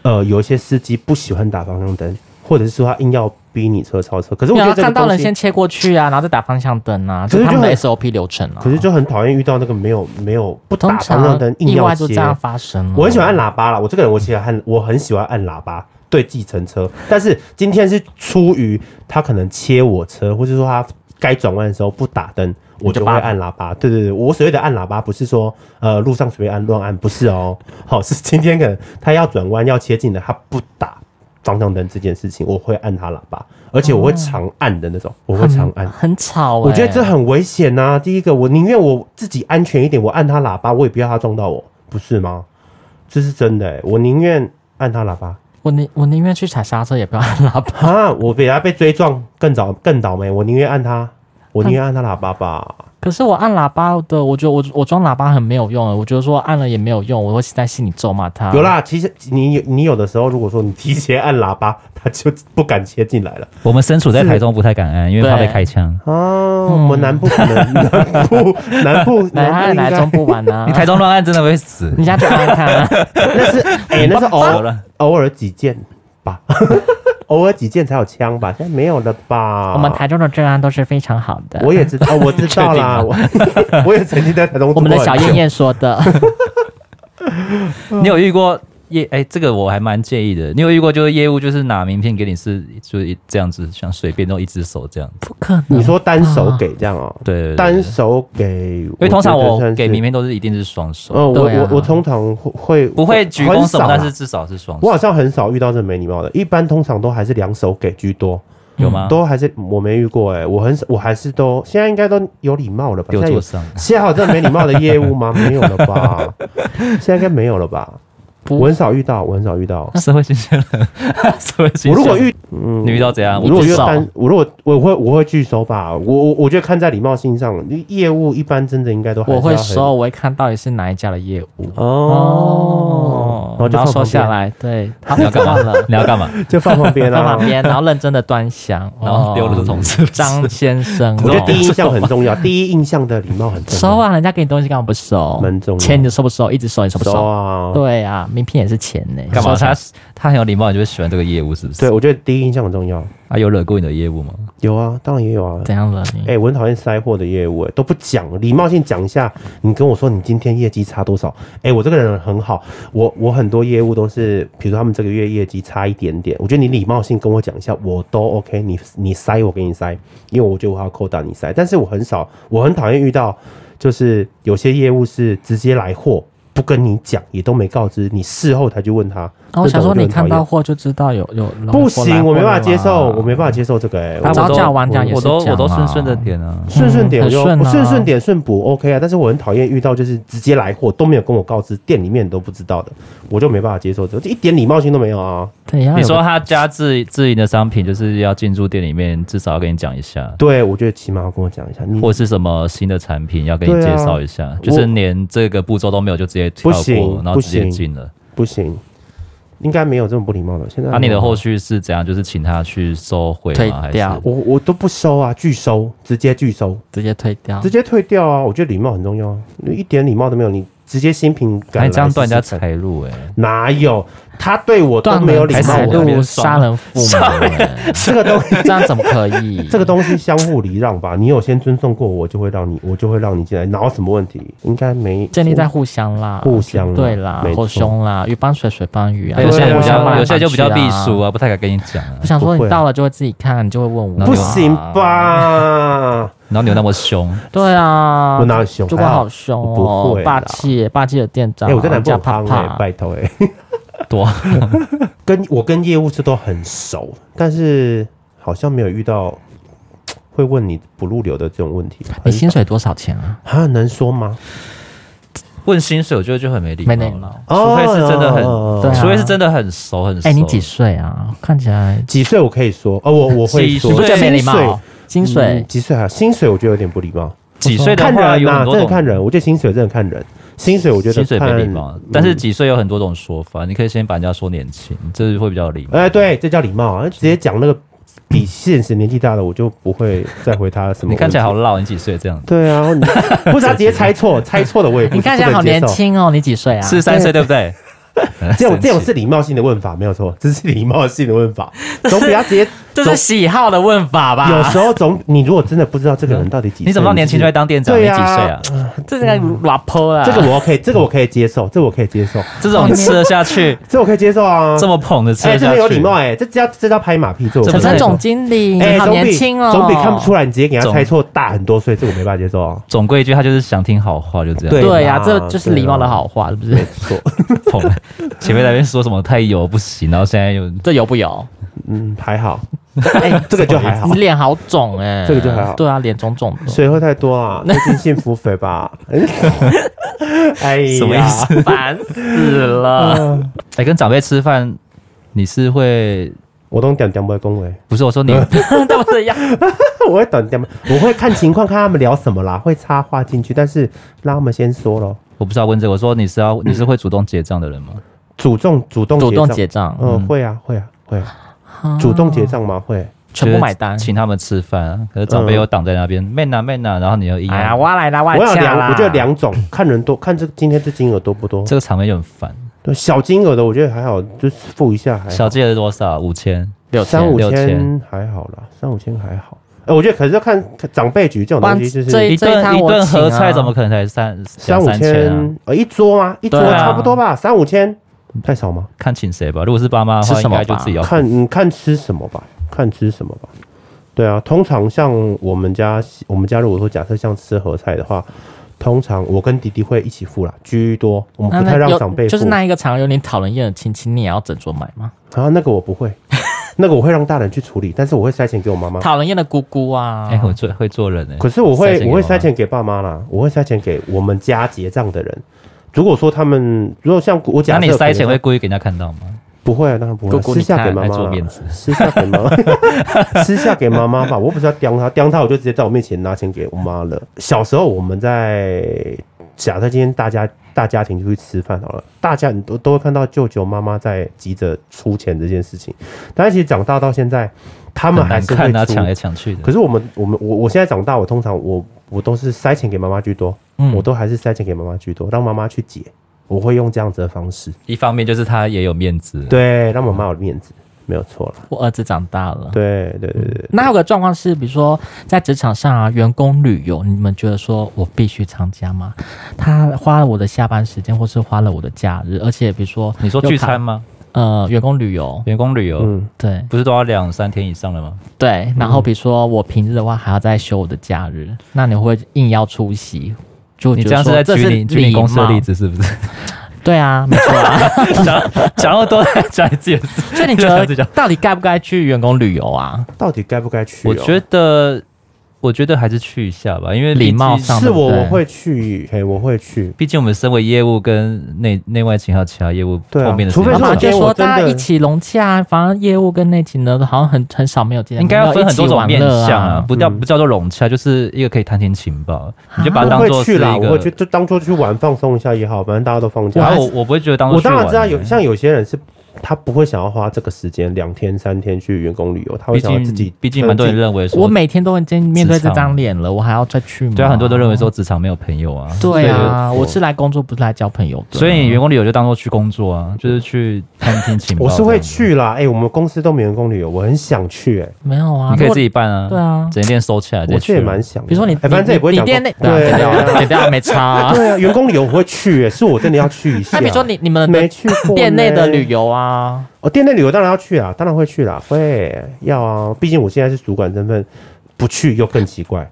B: 呃，有一些司机不喜欢打方向灯，或者是说他硬要逼你车超车。可是哎我
A: 你要
B: 觉得这个
A: 看到
B: 东
A: 人
B: 西
A: 先切过去啊，然后再打方向灯啊，
B: 可
A: 这
B: 是
A: 是
B: 就
A: 他们的
B: 很
A: SOP 流程啊。
B: 可是就很讨厌遇到那个没有没有不
A: 通
B: 打方向
A: 常
B: 灯硬
A: 意
B: 要
A: 外就
B: 切
A: 这。样发生啊了。
B: 我很喜欢按喇叭啦，我这个人我其实按我很喜欢按喇叭对计程车，但是今天是出于他可能切我车，或者说他该转弯的时候不打灯，我就会按喇叭。对对对，我所谓的按喇叭不是说呃路上随便按乱按，不是哦，好是今天可能他要转弯要切进的，他不打。方向灯这件事情，我会按他喇叭，而且我会常按的那种，我会常按
A: 很。很吵、欸，
B: 我觉得这很危险呐、第一个，我宁愿我自己安全一点，我按他喇叭，我也不要他撞到我，不是吗？这是真的、欸，我宁愿按他喇叭。
A: 我宁我宁愿去踩刹车，也不要按喇叭。
B: 哈，我比他被追撞更早更倒霉，我宁愿按他，我宁愿按他喇叭吧。
A: 可是我按喇叭的，我觉得我我装喇叭很没有用、欸，我觉得说按了也没有用，我会在心里咒骂他。
B: 有，啦，其实你有你有的时候，如果说你提前按喇叭， 他就不敢切进来了
C: 我们身处在台中不太敢按，因为怕被
A: 对
C: 开枪。
B: 啊。我们南部可能 南部南 部
A: 来
B: 南部
A: 来
B: 应
A: 来，中
B: 该
A: 不玩啊
C: 你！台中乱按真的会死。
A: 你下去按按看、啊，
B: 那是哎，那是偶
C: 好
B: 尔
C: 了
B: 偶尔几件吧， 偶尔几件才有枪吧，现在没有了吧？
A: 我们台中的治安都是非常好的。
B: 啊我也知道，哦我知道啦，我 我也曾经在台中住过很久。
A: 我们的小燕燕说的，
C: 你有遇过业哎、这个我还蛮介意的。你有遇过就是业务就是拿名片给你是就是一这样子，像随便弄一只手这样子。
A: 不可能。
B: 你说单手给这样哦、
C: 对对对
B: 单手给，因
C: 啊因为通常我给名片都是一定是双手，
B: 嗯，我
A: 对啊
B: 我我通常会
C: 不会鞠躬什
B: 很少
C: 么，但
B: 啦啊
C: 是至少是双
B: 我好
C: 手。
B: 像很少遇到这没礼貌的，一般通常都还是两手给居多，
C: 有吗？
B: 都还是我没遇过哎、我很少，我还是都现在应该都有礼貌了吧？
C: 丢
B: 现在
C: 桌
B: 有
C: 上。
B: 现在还有这没礼貌的业务吗？没有了吧？现在应该没有了吧？
A: 不
B: 我很少遇到，我很少遇到。
C: 社会新鲜人，社会新鲜
B: 我
C: 人。
B: 如果遇嗯
C: 你遇到怎样？
B: 如
A: 啊我
B: 果
A: 不
B: 约
A: 知道
B: 单，我如果我会我会拒收吧。我我我觉得看在礼貌性上，你业务一般真的应该都还是
A: 我
B: 要
A: 会
B: 很
A: 收，我会看到底是哪一家的业务。
B: 哦，
A: 然
B: 就
A: 后
B: 放
A: 收
B: 旁
A: 下
B: 边，
A: 来， 对，他
C: 你要
A: 不
C: 干
A: 干
C: 嘛
A: 了？，
C: 你要干嘛？
B: 就放旁 边
A: 在
B: 啊
A: 旁。边，然后认真的端详，
C: 然后丢了
A: 哦
C: 就从此
A: 张先生，
B: 我觉得
A: 哦
B: 第一印象很重要，第一印象的礼貌很重
A: 收
B: 要。
A: 啊，人家给你东西干嘛不收？
B: 蛮重要
A: 钱你收不收？一直收你收不
B: 收
A: 收？
B: 啊！
A: 对啊，名片也是钱呢，
C: 干嘛？
A: 收起来
C: 他他很有礼貌，你就会喜欢这个业务是不是？
B: 对，，我觉得第一印象很重要。
C: 啊，有惹过你的业务吗？
B: 有啊，当然也有啊。
A: 怎样了你
B: 哎、？我很讨厌塞货的业务、哎，都不讲，礼貌性讲一下。你跟我说你今天业绩差多少？哎、我这个人很好，我我很多业务都是，比如说他们这个月业绩差一点点，我觉得你礼貌性跟我讲一下，我都 OK 你。你塞我给你塞，因为我觉得我还要扣打你塞。但是我很少，我很讨厌遇到，就是有些业务是直接来货。不跟你讲，也都没告知，你事后才去问他。
A: 哦，我
B: 这
A: 想
B: 种
A: 说
B: 就
A: 你
B: 很讨
A: 看
B: 厌
A: 到货就知道有有人
B: 不
A: 会过来
B: 行，我没办法
A: 货
B: 接受，
A: 啦
B: 我没办法接受这个、哎，
A: 啊
B: 我
A: 早讲晚讲也是
C: 我都
A: 讲
C: 我都
A: 啊
C: 顺顺着点啊。
B: 顺顺点我就
A: 嗯很顺啊
B: 顺顺点顺补 OK 啊，但是我很讨厌遇到就是直接来货都没有跟我告知，店里面都不知道的，我就没办法接受这，这一点礼貌性都没有啊。
A: 对，要有
C: 你说
A: 个
C: 他家自自营的商品，就是要进驻店里面，至少要跟你讲一下，
B: 对，我觉得起码要跟我讲一下，你
C: 或是什么新的产品要跟你
B: 对啊
C: 介绍一下，就是连这个步骤都没有就直接跳
B: 不行
C: 过，然后直接
B: 不行
C: 进了。
B: 不行，应该没有这么不礼貌的。现在
C: 那、啊你的后续是怎样？就是请他去收回
A: 退
C: 吗？还是
A: 掉
B: 我我都不收啊，拒收，直接拒收，
A: 直接退掉
B: 直，接退掉啊。我觉得礼貌很重要啊，一点礼貌都没有，你直接心平感
C: 那
B: 来
C: 哎你这样断人家
B: 试试看
C: 财路哎、
B: 哪有？他对我都
A: 断
B: 没有
A: 了
B: 礼
A: 财
B: 貌，
C: 还是
B: 我
A: 路，
C: 边
A: 杀人父 母欸，
B: 这个东西
A: 这样怎么可
C: 嗯
A: 以？
B: 这个东西相互礼让吧，你有先尊重过我，就会让你，我就会让你
C: 嗯
B: 进来，哪有什么问题？应该没
A: 建立在互相啦，
B: 互相啦
A: 对啦
B: 没，错
A: 互相啦，鱼帮水，水帮鱼啊。
C: 有些人比
B: 对啊
C: 较，有些人就比较避暑
A: 啊。
C: 啊，不太敢跟你讲啊
A: 我。想说，
B: 不
A: 你
B: 会啊
A: 到了就会自己看，你就会问我。
B: 不行？吧？
C: 然后你又那么凶，
A: 对啊，
B: 我哪有凶
A: 主管好凶
B: 还好我
A: 哦
B: 不会，
A: 霸
B: 啦
A: 气，霸气的店长。
B: 哎、我在南部
A: 人
B: 很
A: 家怕
B: 夯哎、
A: 怕。
B: 拜托哎、
C: 多
B: 跟我跟业务是都很熟，但是好像没有遇到会问你不入流的这种问题。
A: 你薪水多少钱啊？
B: 啊，能说吗？
C: 问薪水，我觉得就很没礼貌。
A: 没礼貌
C: 除非是真的很，
B: 哦
A: 对啊
C: 除非是真的很熟很熟。
A: 哎，你几岁啊？看起来
B: 几岁我可以说，哦，我我会
C: 几
B: 说
C: 岁
A: 你不觉得没礼
B: 薪
A: 貌
B: 水？
A: 薪水
B: 嗯几岁啊？薪水我觉得有点不礼貌。
C: 几岁的
B: 看
C: 话
B: 人
C: 有
B: 呐、真
C: 很多
B: 的
C: 种
B: 看人。我觉得薪水真的看人，薪水我觉得
C: 薪水
B: 看嗯
C: 没礼貌，啊但是几岁有很多种说法，你可以先把人家说年轻，这是会比较有礼貌。
B: 哎、对，这叫礼貌啊！直接讲那个比现实年纪大的，我就不会再回他什么。
C: 你看起来好。老，你几岁这样？
B: 对啊，你 不是他直接猜错，猜错的我也不
A: 你看起来好年，轻哦，你几岁啊？
C: 四十三岁对不对？
B: 不能接受这种这种是礼貌性的问法，没有错，这是礼貌性的问 法，总比他直接。
A: 这
B: 总
A: 是喜好的问法吧？
B: 有时候总，你如果真的不知道这个人到底几岁，
C: 嗯你怎么那么年轻就
B: 就
C: 来当店长？你
B: 对
C: 几岁
B: 啊
C: 啊？
A: 这是在 rap 啦。
B: 嗯这个我可以，这个我可以接受，这我可以接受，
C: 这种吃得下去，
B: 这我可以接受啊。
C: 这么捧着吃
B: 哎、
C: 得
B: 真的
C: 下去，
B: 有礼貌哎、这叫这叫拍马屁，这我
C: 这
A: 陈
C: 不
B: 可
A: 陈
B: 以
C: 是
B: 接受
A: 总经理，
B: 哎、
A: 你好
B: 总
A: 年
B: 比
A: 轻哦，
B: 总比看不出
A: 来。
B: 来你直接给他
C: 总
B: 猜错大很多岁，这我没办法接受啊。
C: 总归一句，他就是想听好话，就这样。
B: 对啊
A: 对呀、
B: 啦
A: 这就是礼貌的好话，是不是？
B: 错，
C: 捧了 前面那边说什么太油不行，然后现在又
A: 这有不有？
B: 嗯，还好，
A: 哎、
B: 这个就还好
A: 你，脸好肿哎、
B: 这个就还好
A: 对啊，脸肿肿的。
B: 水喝太多啊，最近幸福肥吧？哎呀，
C: 什么意思？
A: 啊烦死了！
B: 嗯
C: 哎，跟长辈吃饭，你是会
B: 我都点点不会恭维，
C: 不是我说你
A: 都这样，
B: 我会点点，我会看情况看他们聊什么啦，会插话进去，但是让他们先说咯。
C: 我不是要问这个，我说你是要你是会主动结账的人吗？
B: 主动主动
A: 主动
B: 结
A: 结账
B: 账，，嗯，会啊会啊会啊，主动结账吗？会，
A: 全部买单。哎
C: 请他们吃饭啊。可是长辈又挡在那边，man 啊 man 啊，然后你又硬
A: 哎呀，
C: 要，
A: 我要来啦，我
B: 我有
A: 要
B: 两，
A: 啦！
B: 我觉得两种，看人多，看这今天这金额多不多
C: 这，个场面就很烦。
B: 对小金额的我觉得还好，就是付一下还好
C: 小。记得多少？五千。
A: 六
B: 三五
C: 六
B: 千
C: 千
B: 还好啦，三五千还好。哎、我觉得可是要看看长辈局这种东西，就
A: 这
B: 是
C: 一
A: 这一
C: 顿
A: 餐
C: 一
A: 我
C: 顿
A: 请
C: 合菜
A: 啊
C: 怎么可能才三
B: 三
C: 两
B: 五
C: 三千啊？
B: 千，呃、一桌吗？一桌
A: 对啊
B: 差不多吧，三五千。太少吗？
C: 看请谁吧。如果是爸妈的话，
A: 吃什
C: 应
A: 么吧
C: 该就自己要
B: 看嗯看吃什么吧，看吃什么吧。对啊，通常像我们家，我们家如果说假设像吃合菜的话，通常我跟弟弟会一起付啦，居多，我们
A: 那
B: 不太
A: 那
B: 让
A: 有
B: 长辈付。
A: 就是那一个常有点讨人厌的亲戚，你也要整桌买吗？
B: 啊，那个我不会，那个我会让大人去处理，但是我会塞钱给我妈妈。
A: 讨人厌的姑姑啊，
C: 哎、我做会做人哎、
B: 可是我
C: 塞
B: 会
C: 钱给
B: 我会
C: 妈妈
B: 塞钱给爸妈啦，我会塞钱给我们家结账的人。如果说他们，如果像我
C: 那
B: 假设
C: 你塞钱
B: 可
C: 会
B: 能
C: 故意给人家看到吗？
B: 不会啊？当然不会啊，
A: 姑姑
B: 私
A: 你
B: 下
A: 看
B: 给妈
C: 还
B: 妈
C: 做
B: 啦，
C: 面子
B: 私下给妈妈， 私下给妈妈吧。我不是要刁她，刁她我就直接在我面前拿钱给我妈了。小时候我们在假设今天大家大家庭出去吃饭好了，大家你都都会看到舅舅妈妈在急着出钱这件事情，但是其实长大到现在，他们
C: 很
B: 还
C: 难
B: 是会
C: 看啊，
B: 出
C: 抢来抢去的。
B: 可是我们我们我我现在长大，我通常我我都是塞钱给妈妈居多，
A: 嗯
B: 我都还是塞钱给妈妈居多，让妈妈去解。我会用这样子的方式，
C: 一方面就是他也有面子，
B: 对，让妈妈有面子，没有错
C: 嗯
B: 了。
A: 我儿子长大了。
B: 对对对对，
A: 那有个状况是，比如说在职场上啊，员工旅游，你们觉得说我必须参加吗？他花了我的下班时间，或是花了我的假日，而且比如说
C: 你说
A: 又
C: 聚
A: 卡
C: 餐吗？
A: 呃，员工旅游，
C: 员工旅游、
B: 嗯，
A: 对
C: 不是都要两三天以上了吗？
A: 对。然后比如说我平日的话，还要再休我的假日，那你会硬要出席？就
C: 你
A: 觉
C: 这
A: 得
C: 样
A: 说
C: 是在
A: 这
C: 举
A: 是
C: 你举你公司的
A: 礼
C: 例
A: 貌，
C: 子是不是？
A: 对啊，没错 啊。
C: 讲讲那么多，讲你自己的事。
A: 所以你觉
C: 啊这
A: 得
C: 样
A: 到底该不该去员工旅游啊？
B: 到底该不该去哦、
C: 我觉得，我觉得还是去一下吧，因为
A: 礼
C: 毕竟
A: 貌上
B: 是我
A: 对不对
B: 我会去，嘿，我会去。
C: 毕竟我们身为业务跟内内外勤还有其他业务
B: 对啊
C: 后面的事
B: 除非
C: 情
B: 是
A: 老
B: 我
A: 板就
B: 觉得
A: 说
B: 真的
A: 大家一起融洽，反正业务跟内勤呢，好像很很少没有见面，
C: 应该要分
A: 一
C: 很
A: 起
C: 多种
A: 玩
C: 面
A: 乐
C: 向啊，
A: 啊。
C: 不叫不叫做融洽，就是一个可以谈天情吧，你就把它
B: 我
C: 当
B: 会
C: 做是一
B: 去啦，我会去，
C: 个。
B: 就当做去玩放松一下也好，反正大家都放假。
C: 然后我我不会觉得当做
B: 我
C: 去
B: 当然
C: 玩
B: 知道有
C: 欸
B: 像有些人是。他不会想要花这个时间两天三天去员工旅游，他会
C: 毕
B: 想要自己
C: 竟，毕竟蛮多人
B: 自己
C: 认为说，
A: 我每天都已经面对这张脸了，我还要再去吗？
C: 对啊，很多人都认为说职场没有朋友啊，
A: 对啊，
B: 所以
A: 我是来工作，不是来交朋
B: 啊
A: 友的。
C: 所以你员工旅游就当做去工作啊，就是去探听情报。
B: 我是会，去啦，哎、我们公司都没员工旅游，我很想去、哎，
A: 没有啊，
C: 你可
A: 如
C: 以
A: 果
C: 自己办啊，
A: 对啊
C: 整店收起来，直接
B: 我去也
C: 去
B: 蛮想的。
A: 比如说你，
B: 哎反正这也不会
A: 你
B: 讲
A: 你
B: 公。
A: 店内对啊
B: 对
A: 剪
B: 啊
A: 掉，剪掉没差啊。
B: 对啊，员工旅游我会去、哎，是我真的要去一下。
A: 那比如说你你们
B: 没
A: 的
B: 去过
A: 店内的
B: 呢
A: 旅，游啊，
B: 哦，店内旅游当然要去啊，当然会去啦，会要啊，毕竟我现在是主管身份，不去又更奇怪。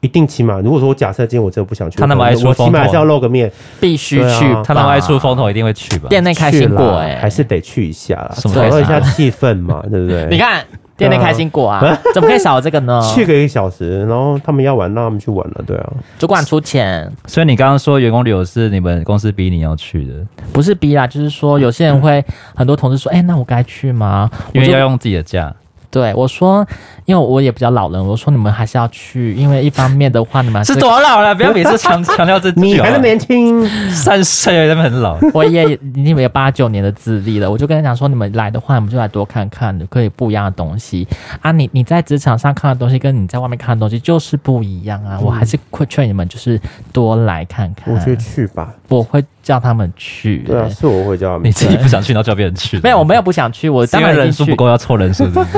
B: 一定起码，如果说我假设今天我真的不想去，
C: 他那么爱
B: 我
C: 说
B: 我起码
C: 风
B: 还
C: 头
B: 是要露个面，
A: 必须
B: 对啊
A: 去吧。
C: 他那么爱出风头，一定会去吧？
A: 店内开心
B: 去
A: 过
B: 啦
A: 哎，
B: 还是得去一下啦，
C: 什么
B: 炒
C: 开
B: 热
C: 心
B: 一下气氛嘛， 对不对？
A: 啊你看啊店内开心过啊，怎么可以少了这个呢？
B: 去个一个小时，然后他们要玩，让他们去玩了，对啊。
A: 主管出钱，
C: 所以你刚刚说员工旅游是你们公司逼你要去的，
A: 不是逼啦，就是说有些人会，很多同事说，哎、那我该去吗？我
C: 因为
A: 就
C: 要用自己的假。
A: 对我说，因为我也比较老人，我说你们还是要去，因为一方面的话，你们还
C: 多老了？不要每 次强强调自己啊
B: 你还是年轻，
A: 啊
C: 三十岁，他们很老。
A: 我也已经有八九年的资历了，我就跟他讲说，你们来的话，你们就来多看看，可以不一样的东西啊。你你在职场上看的东西，跟你在外面看的东西就是不一样啊。我还是会劝你们，就是多来看看。
B: 嗯我觉得去吧。
A: 我会叫他们去、
B: 对啊，是我会叫他们
C: 你。自己不想去，然后叫别人去的。
A: 没有，我没有不想去，我
C: 是
A: 当
C: 因
A: 然
C: 为
A: 已经
C: 人数
A: 去
C: 不够，要凑人数。是不是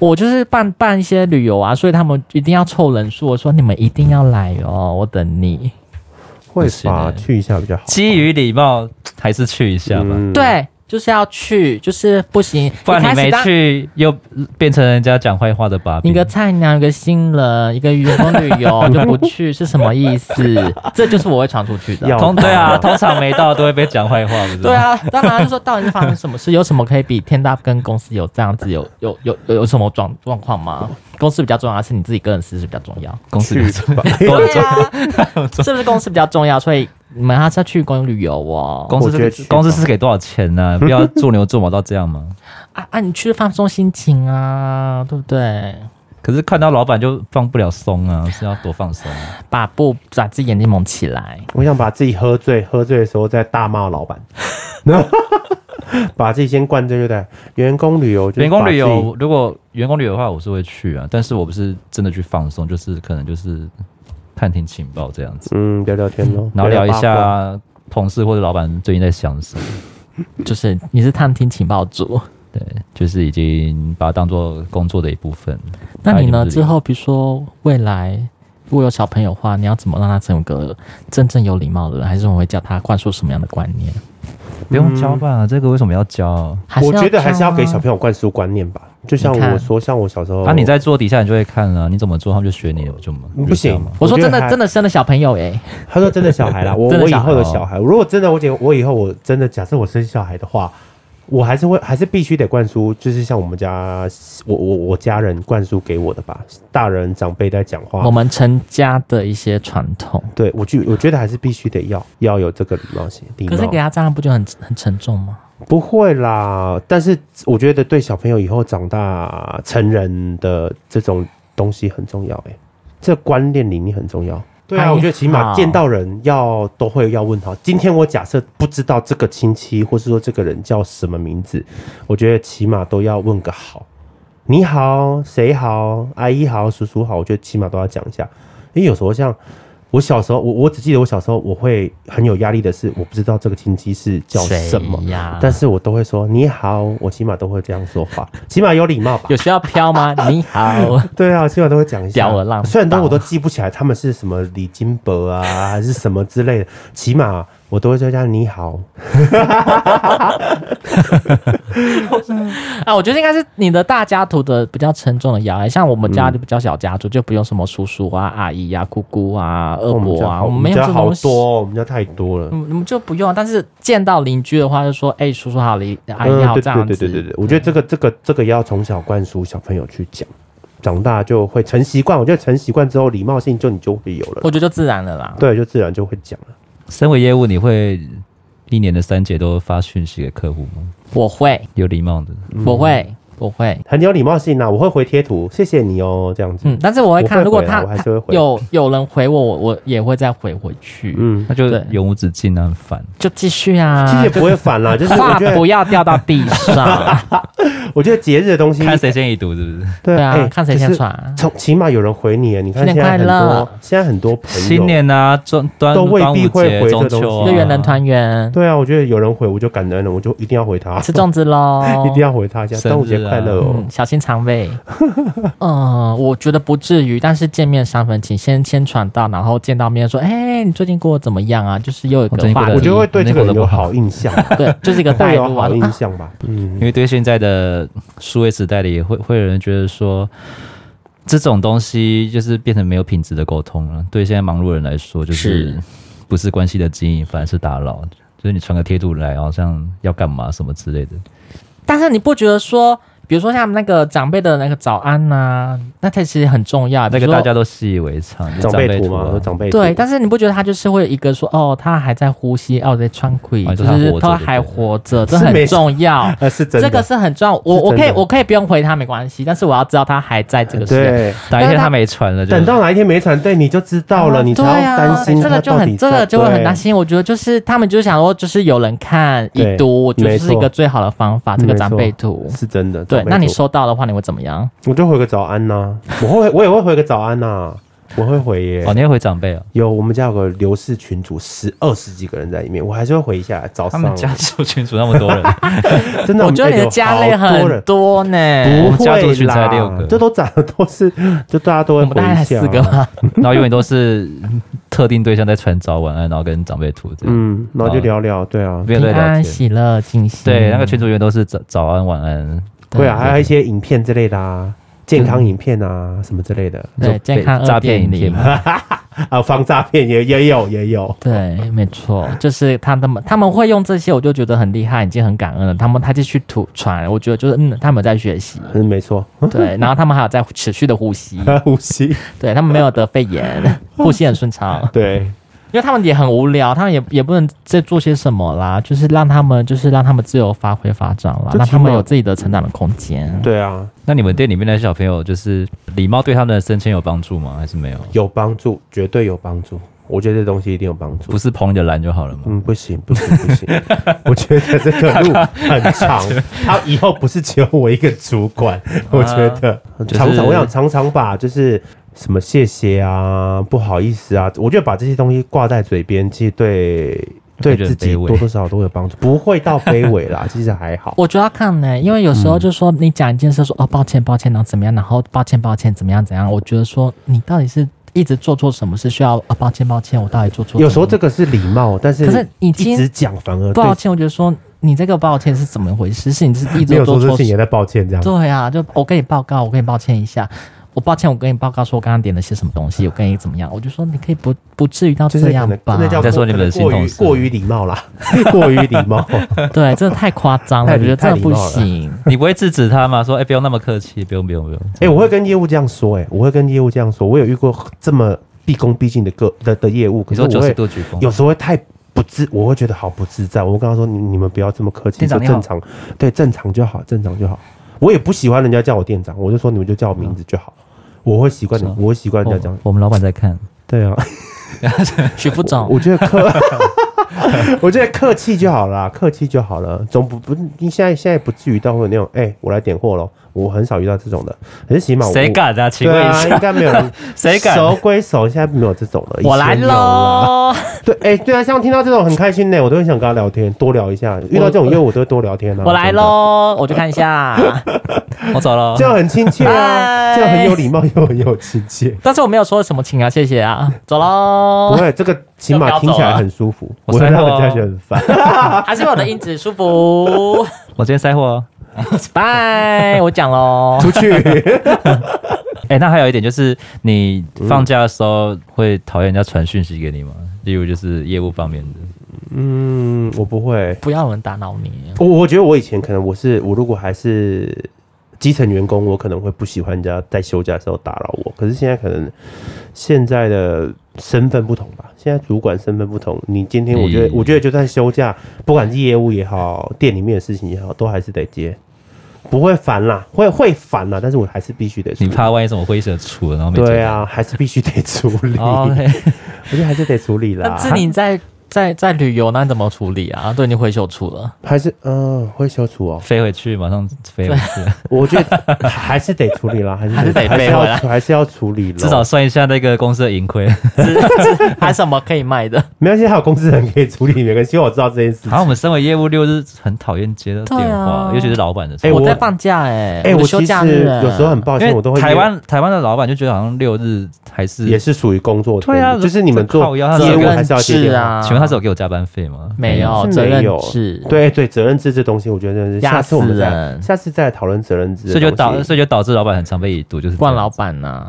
A: 我就是办办一些旅游啊，所以他们一定要凑人数。我说你们一定要来哦，我等你。
B: 会
C: 不行
B: 吧？
C: 欸
B: 去一下比较好。
C: 基于礼貌，还是去一下吧。
B: 嗯，
A: 对，就是要去，就是不行，
C: 不然
A: 一开
C: 你
A: 始
C: 没
A: 当。
C: 去，又变成人家讲坏话的把
A: 你
C: 柄
A: 个。菜鸟，一个新人，一个员工旅 游就不去，是什么意思？这就是我会传出去的
B: 要。
C: 通对 啊，通常没到都会被讲坏话，不是吗
A: 对，啊，当然就说到底是发生什么事，有什么可以比天大跟公司有这样子有有有有有什么状状况吗？公司比较重要，还是你自己个人私事比较重要？
C: 公司
B: 去 吧。
A: 对啊，是不是公司比较重要？所以你们还是要去公旅游哦。
C: 公司
B: 我觉得去
C: 是
B: 吧
C: 公司是给多少钱 呢？不要做牛做马到这样吗？
A: 啊啊，你去放松心情啊，对不对？
C: 可是看到老板就放不了松啊，是要多放松啊。
A: 把布把自己眼睛蒙起来，
B: 我想把自己喝醉，喝醉的时候再大骂老 板，把自己先灌醉，对不对？员工旅游就是
C: 员工旅
B: 把自己
C: 游，如果员工旅游的话，我是会去啊，但是我不是真的去放松，就是可能就是探听情报这样子，
B: 嗯，聊聊天喽，
C: 然后聊一
B: 八卦。
C: 下同事或者老板最近在想什么。
A: 就是你是探听情报组。
C: 对，就是已经把它当做工作的一部分。
A: 那你
C: 大家已经
A: 呢？
C: 不是
A: 之后比如说未来如果有小朋友的话，你要怎么让他成为个真正有礼貌的人？还是我们会教他灌输什么样的观念？
B: 嗯
C: 不用教吧？这个为什么要教？啊
A: 还是
B: 我
A: 要
B: 觉得还是要给
A: 教啊
B: 小朋友灌输观念吧。就像
A: 你看
B: 我说，像我小时候，
C: 啊，你在做底下你就会看啊了，你怎么做他们就学你了，不就吗？
B: 哦不行
C: 吗？
A: 我说真
B: 我觉
A: 的
B: 得，还
A: 真的生了小朋友哎、欸，
B: 他说真的小孩 啦，我
A: 真的
B: 我以
A: 小孩
B: 后的
C: 哦
B: 小孩，如果真的我姐我以后我真的假设我生小孩的话，我还是会还是必须得灌输，就是像我们家我我我家人灌输给我的吧，大人长辈在讲话
A: 我，们陈家的一些传统。
B: 对我就我觉得还是必须得要要有这个礼貌性，礼
A: 可是
B: 貌
A: 给他这样不就很很沉重吗？
B: 不会啦，但是我觉得对小朋友以后长大成人的这种东西很重要、欸，哎，这观念理念很重要。对
A: 还
B: 啊，
A: 好
B: 我觉得起码见到人要都会要问好。今天我假设不知道这个亲戚，或是说这个人叫什么名字，我觉得起码都要问个好。你好，谁好？阿姨好，叔叔好，我觉得起码都要讲一下。因为有时候像我小时候，我我只记得我小时候我会很有压力的是，我不知道这个亲戚是叫什么
A: 谁呀？
B: 但是我都会说你好，我起码都会这样说 话，起码有礼貌吧
A: 有。需要飘吗？你好，
B: 对啊，起码都会讲一下
A: 吊儿郎。当
B: 虽然都我都记不起来他们是什么李金伯啊，还是什么之类的，起码我都会叫他你好。
A: 啊，我觉得应该是你的大家族的比较沉重的压力，像我们
B: 嗯
A: 家就比较小家族，就不用什么叔叔啊、阿姨啊、姑姑啊、二
B: 哦们
A: 伯
B: 家
A: 啊，
B: 好
A: 我们没有
B: 家
A: 这
B: 好
A: 种
B: 多哦，我们家太多了。
A: 嗯，你们就不用。但是见到邻居的话，就说：“哎、叔叔好，李阿姨
B: 嗯
A: 好。
B: 对
A: 这样子，嗯
B: 对对对对对，我觉得这个这个这个要从小灌输小朋友去讲，长大就会成习惯。我觉得成习惯之后，礼貌性就你就会有了，
A: 我觉得就自然了啦。
B: 对，就自然就会讲了。
C: 身为业务，你会一年的三节都发讯息给客户吗？
A: 我会，
C: 有礼貌的，
B: 嗯
A: 我会，我会。
B: 很有礼貌性呐、啊我会回贴图，谢谢你哦，这样子。
A: 嗯，但是我会
B: 我
A: 看，
B: 会
A: 如果
B: 回啊
A: 他
B: 我还
A: 他
B: 是会回
A: 有有人回我，我我也会再回回去，
B: 嗯，
C: 那就
A: 对
C: 永无止境啊，很烦。
A: 就继续啊。
B: 其实也不会 烦啦，就是我
A: 话
B: 觉得哎
A: 不要掉到地 上，
B: 我觉得节日的东西，
C: 看谁先已读，是不是？
B: 对
A: 对啊
B: 哎，
A: 看谁先
B: 就是
A: 传。
B: 从起码有人回你啊，你看
A: 新
B: 现
A: 年
B: 在
A: 快
B: 很多
A: 乐，
B: 现在很多朋友，
C: 新年啊，端端
B: 都未
C: 端
B: 必
C: 午
B: 会
C: 节、
B: 回这
C: 中
B: 东西
C: 秋、啊，
A: 月圆人团 圆，
B: 对啊，我觉得有人回我就感恩了，我就一定要回他，，
A: 吃粽子喽
B: 一定要回他一下，
C: 生日啊
B: 端午节快乐哦
A: 嗯，，小心肠胃。 嗯，我觉得不至于，但是见面三分情，先先传到，然后见到面说，哎、你最近过得怎么样啊？就是又有一
C: 我
A: 个
C: 最近过
A: 话
C: 得
B: 我
A: 题，
B: 就会对这个
C: 那
B: 人
C: 个
B: 有
C: 不好
B: 好 印象，
A: 对，就是一个
B: 会
A: 带
B: 有
A: 入啊
B: 好。印
A: 啊
B: 象吧，嗯
C: 因。为对现在的数位时代里，会会有人觉得说，这种东西就是变成没有品质的沟通了。对现在忙碌的人来说，就是
A: 是
C: 不是关系的经营，反而是打扰。就是你传个贴图来，好像要干嘛什么之类的。
A: 但是你不觉得说，比如说像那个长辈的那个早安呐、那它其实很重要，
C: 啊那
A: 比
C: 个
A: 如说
C: 大家都习以为常，就是
B: 长辈
C: 辈
B: 图
C: 啊
B: 嘛，长辈图
A: 对，但是你不觉得他就是会有一个说哦，他还在呼吸，哦，在喘气，
C: 哦
A: 就
C: 就是他
A: 是
C: 活着
A: 他
C: 就
A: 还
C: 对了
A: 活 着，这
B: 是
A: 很
B: 没
A: 重要。
B: 呃是真
A: 这
B: 的，
A: 个是很重要，我我
B: 是真
A: 可以
B: 的
A: 我可以不用回他没关系，但是我要知道他还在这个世界。
B: 对。
C: 哪一天他没传了，就
B: 等到哪一天没传对你就知道了，
A: 啊
B: 哦你才
A: 对
B: 要担心
A: 啊、这
B: 他
A: 个就
B: 到底
A: 很这个
B: 在
A: 就会很担。
B: 对
A: 心。我觉得就是他们就想说，就是有人看已
B: 对
A: 读，我觉得
B: 没
A: 这是一
B: 错
A: 个最好的方法。这个
B: 嗯没
A: 长
B: 错
A: 辈图，
B: 是真的，
A: 对
B: 长，辈
A: 那你
B: 图
A: 收到的话，你会怎么样？
B: 我就回个早安呐、我会我也会回个早安呐、我会回耶。
C: 哦，你要回长辈哦。
B: 有我们家有个刘氏群主，十二十几个人在里面，我还是会回一下。早
C: 他
B: 上
C: 们家族群组那么多 人，
B: 真的，
A: 我觉得
B: 哎
A: 你的
B: 有
A: 家
B: 好
A: 类
B: 多
A: 很
B: 人
A: 多呢，
B: 不
C: 我们家族
B: 会
C: 群才六
B: 啦
C: 个，
B: 这都长得都是， 就大家都
A: 我
B: 会
A: 们
B: 回
A: 大概才
B: 一
A: 四
B: 下。
A: 个吧。
C: 然后永远都是特定对象在传早晚安，然后跟长辈图这样，
B: 嗯，然后就聊聊，对啊，
C: 没有
A: 平
C: 在聊
A: 安
C: 天。
A: 喜乐尽兴。
C: 对，那个群主永远都是早早安晚安，
B: 会啊，
C: 对
B: 还有一些影片之类的啊，健康影片啊什么之类的
A: 对
C: 就
A: 健
C: 被
A: 康
C: 诈骗影
A: 2.0
C: 片嘛，
B: 啊，防诈骗也也有也有，
A: 对，没错，就是他们他们会用这些，我就觉得很厉害，已经很感恩了。他们他继续吐传，我觉得就是嗯，他们在学习，
B: 嗯，没错，
A: 对，然后他们还有在持续的呼吸，
B: 呼吸，
A: 对他们没有得肺 炎，呼吸很顺畅，
B: 对，
A: 因为他们也很无聊，他们也也不能再做些什么啦，就是让他们就是让他们自由发挥发展啦，
B: 就
A: 让
B: 起
A: 他们
B: 码
A: 有自己的成长的空间。
B: 对啊，
C: 那你们店里面那些小朋友，就是礼貌对他们的升迁有帮助吗？还是没有？
B: 有帮助，绝对有帮助，我觉得这东西一定有帮助
C: 不。是捧你的篮就好了吗？
B: 嗯，不行，不行，不 行！我觉得这个路很长，他以后不是只有我一个主管，我觉得
C: 啊就是
B: 常常我想常常把就是什么谢谢啊、不好意思啊，我觉得把这些东西挂在嘴边，其实对对
C: 会觉得
B: 自己
C: 卑微
B: 多多少少都有帮助，不会到卑微 啦，其实还好。
A: 我觉得要看呢、因为有时候就说你讲一件事说、哦抱歉抱歉，然后怎么样，然后抱歉抱歉怎么样怎样，我觉得说你到底是一直做错什么事需要啊？抱歉，抱歉，我到底做错什么？
B: 有时候这个是礼貌，但是
A: 可是已
B: 一
A: 经
B: 直讲反而对
A: 抱歉，我觉得说你这个抱歉是怎么回事？是你是一
B: 没
A: 直
B: 有
A: 做
B: 说
A: 错
B: 事情也
A: 事？
B: 在抱歉这样。
A: 对啊，就我跟你报告，我跟你抱歉一下。我抱歉，我跟你报告说我刚刚点了些什么东西，我跟你怎么样？我就说你可以不不至于到
B: 就
A: 这
B: 是可
A: 样
B: 能
A: 吧？
B: 那叫
C: 你在说你们的
B: 可能过
C: 心
B: 于
C: 痛是吗
B: 过于礼貌啦， 过于礼 貌。
A: 对，真的太夸张了，
B: 太
A: 我
B: 礼
A: 觉得真的不
B: 太礼貌了
A: 行。
C: 你不会制止他吗？说，哎、不用那么客气，不用，不用，不用。
B: 哎、我会跟业务这样说、哎，我会跟业务这样说。我有遇过这么毕恭毕敬的个的的业务，可
C: 你
B: 是
C: 说
B: 我
C: 九十
B: 会
C: 度鞠躬，
B: 有时候会太不自，我会觉得好不自在。我跟他说，你你们不要这么客气，
C: 店
B: 就
C: 长你好
B: 正常，对，正常就好，正常就好。我也不喜欢人家叫我店长，我就说你们就叫我名字就好。我会习惯你
C: 是啊，
B: 我会习惯人家讲
C: 哦，我们老板在看，
B: 对啊。
A: 徐副
C: 嗯
B: 我
A: 总，
B: 我觉得客，我觉得客气就好啦，客气就好了，总不不，你现在现在不至于到会有那种，哎、我来点货咯，我很少遇到这种的，很起哦码我
C: 谁？敢啊？请
B: 对
C: 问一
B: 啊，应
C: 下，。
B: 该没有人
C: 谁敢
B: 熟归熟，现在没有这种了。
A: 我来
B: 以前有啦。
A: 喽。
B: 对，哎、对啊，像听到这种很开心呢、我都很想跟他聊天，多聊一下。遇到这种业务，我都会多聊天啊。
A: 我来
B: 真的，
A: 喽，我去看一下。
C: 我走了
B: 啊这。样很亲切 啊，
A: 嗨
B: 这样很有礼貌又很有亲切。
A: 但是我没有说什么，请啊，谢谢啊，走
B: 不
C: 哦
A: 喽。
B: 会，这个起码听起来很舒服，
C: 我
B: 不会
C: 塞
B: 让
C: 货
B: 人
C: 哦
B: 家觉得很 烦。啊
A: 还是我的音质舒 服，
C: 我今天塞货哦。
A: 拜，我讲喽。
B: 出去。
C: 哎、那还有一点就是，你
B: 嗯
C: 放假的时候会讨厌人家传讯息给你吗？例如就是业务方面的，
B: 嗯，我不会。
A: 不要有人打扰你，
B: 我我觉得我以前可能我是我如果还是基层员工，我可能会不喜欢人家在休假的时候打扰我。可是现在可能现在的身份不同吧，现在主管身份不同，你今天我觉得
C: 嗯
B: 我觉得就算休假，不管是业务也好，店里面的事情也好，都还是得接。不会烦啦，会会烦啦，但是我还是必须得处
C: 你
B: 理。
C: 怕万一什么灰色出了，然后没解决
B: 对。啊，还是必须得处理。
C: 哦 OK，
B: 我觉得还是得处理啦
A: 但。是你在在在旅游，那你怎么处理啊？都已经回袖处 了，
B: 还是嗯、会消除哦。
C: 飞回去，马上飞 回去，
B: 我觉得还是得处 理啦，还是
A: 还是得
B: 还是
A: 背回
B: 要
A: 来
B: 还是要处理咯。
C: 至少算一下那个公司的 盈亏。
A: 还什么可以卖的？
B: 没关系，还有公司人可以处理你们。可惜我知道这件事情
C: 然。后我们身为业务六日很讨厌接到电
A: 对
C: 话，
A: 啊
C: 尤其是老板的时
B: 哎
C: 候。
A: 我
B: 我
A: 在放假 哎，
B: 哎、
A: 的
B: 我
A: 休
B: 其
A: 假
B: 实
A: 日哎
B: 有时候很抱
C: 因
B: 歉，我都
C: 为
B: 会
C: 台湾台湾的老板就觉得好像六日还是
B: 也是属于工作圈
C: 对啊
B: 就是你们
C: 靠
B: 做
C: 腰他
B: 业务
A: 责
B: 还
A: 任
B: 是要接
A: 制
B: 电话。
A: 啊？
C: 请问他是有给我加班费吗？
A: 没有
B: 是
A: 责
B: 没
A: 任
B: 有
A: 制？
B: 对对，责任制这东西，我觉得真的是
A: 压
B: 下次我们
A: 死
B: 再
A: 人
B: 下次再来讨论责任制的
C: 所
B: 东西。
C: 以就导所以就导致老板很常被已读，就是这
A: 惯
C: 样
A: 老板 呐，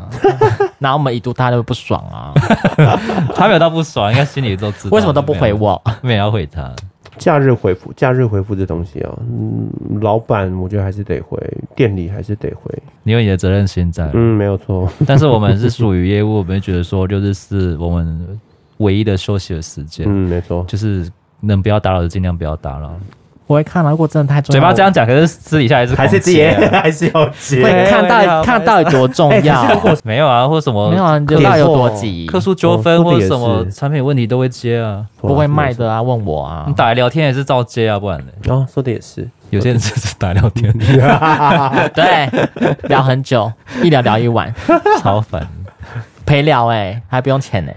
A: 然后我们一度大家就不爽啊，
C: 他没有到不爽，应该心里都知道。
A: 为什么都不回我？
C: 没有？没有要回他，
B: 假日回复，假日回复这东西啊，嗯，老板我觉得还是得回，店里还是得回。
C: 你有你的责任心在。
B: 嗯，没有错。
C: 但是我们是属于业务，我们觉得说六日是我们唯一的休息的时间，
B: 嗯，没错。
C: 就是能不要打扰就尽量不要打扰。
A: 我会看啊，如果真的太重
C: 嘴
A: 要，
C: 巴这样讲，可是私底下还是
B: 还是
C: 狂接
B: 接，
C: 啊。
B: 还是要接。
A: 会看
C: 哎呀
A: 到看到底多重
B: 哎可是
A: 要。
B: 如果
C: 没有啊，或什么
A: 没有啊，流到有多急，
C: 客诉纠纷
B: 哦说
C: 或
B: 的
C: 者
B: 也
C: 什么
B: 是
C: 产品问题都会接啊。
A: 不会卖的啊，问我啊
C: 你，打来聊天也是照接啊，不然呢？
B: 哦，说的也是。
C: 有些人只是打 聊天，
A: 对，聊很久，一聊聊一晚，
C: 超烦。
A: 陪聊哎，还不用钱哎，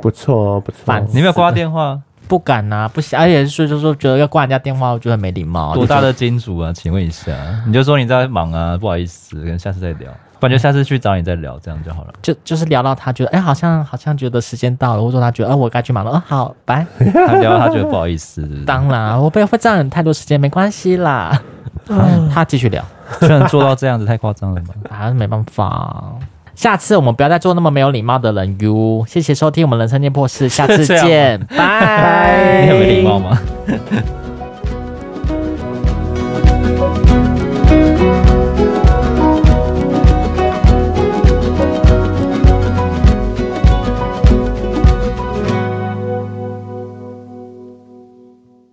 B: 不错哦，不错。
A: 烦
C: 你有没有挂电话？
A: 不敢呐，不行，而且是就是说觉得要挂人家电话，我觉得没礼貌，
C: 多大的金主啊？请问一下，你就说你在忙啊，不好意思，可能下次再聊，不然就下次去找你再聊，这样就好了。
A: 就就是聊到他觉得哎，好像好像觉得时间到了，或者说他觉得哦，我该去忙了，哦，好，拜。
C: 他聊到他觉得不好意思，
A: 当然，我不会占人太多时间，没关系啦。 他继续聊，
C: 居然做到这样子，太夸张了吧？
A: 还是没办法。下次我们不要再做那么没有礼貌的人哟。谢谢收听我们人生念破事，下次
C: 这样
A: 见，
C: 吗
A: 拜。
C: 你很没礼貌吗？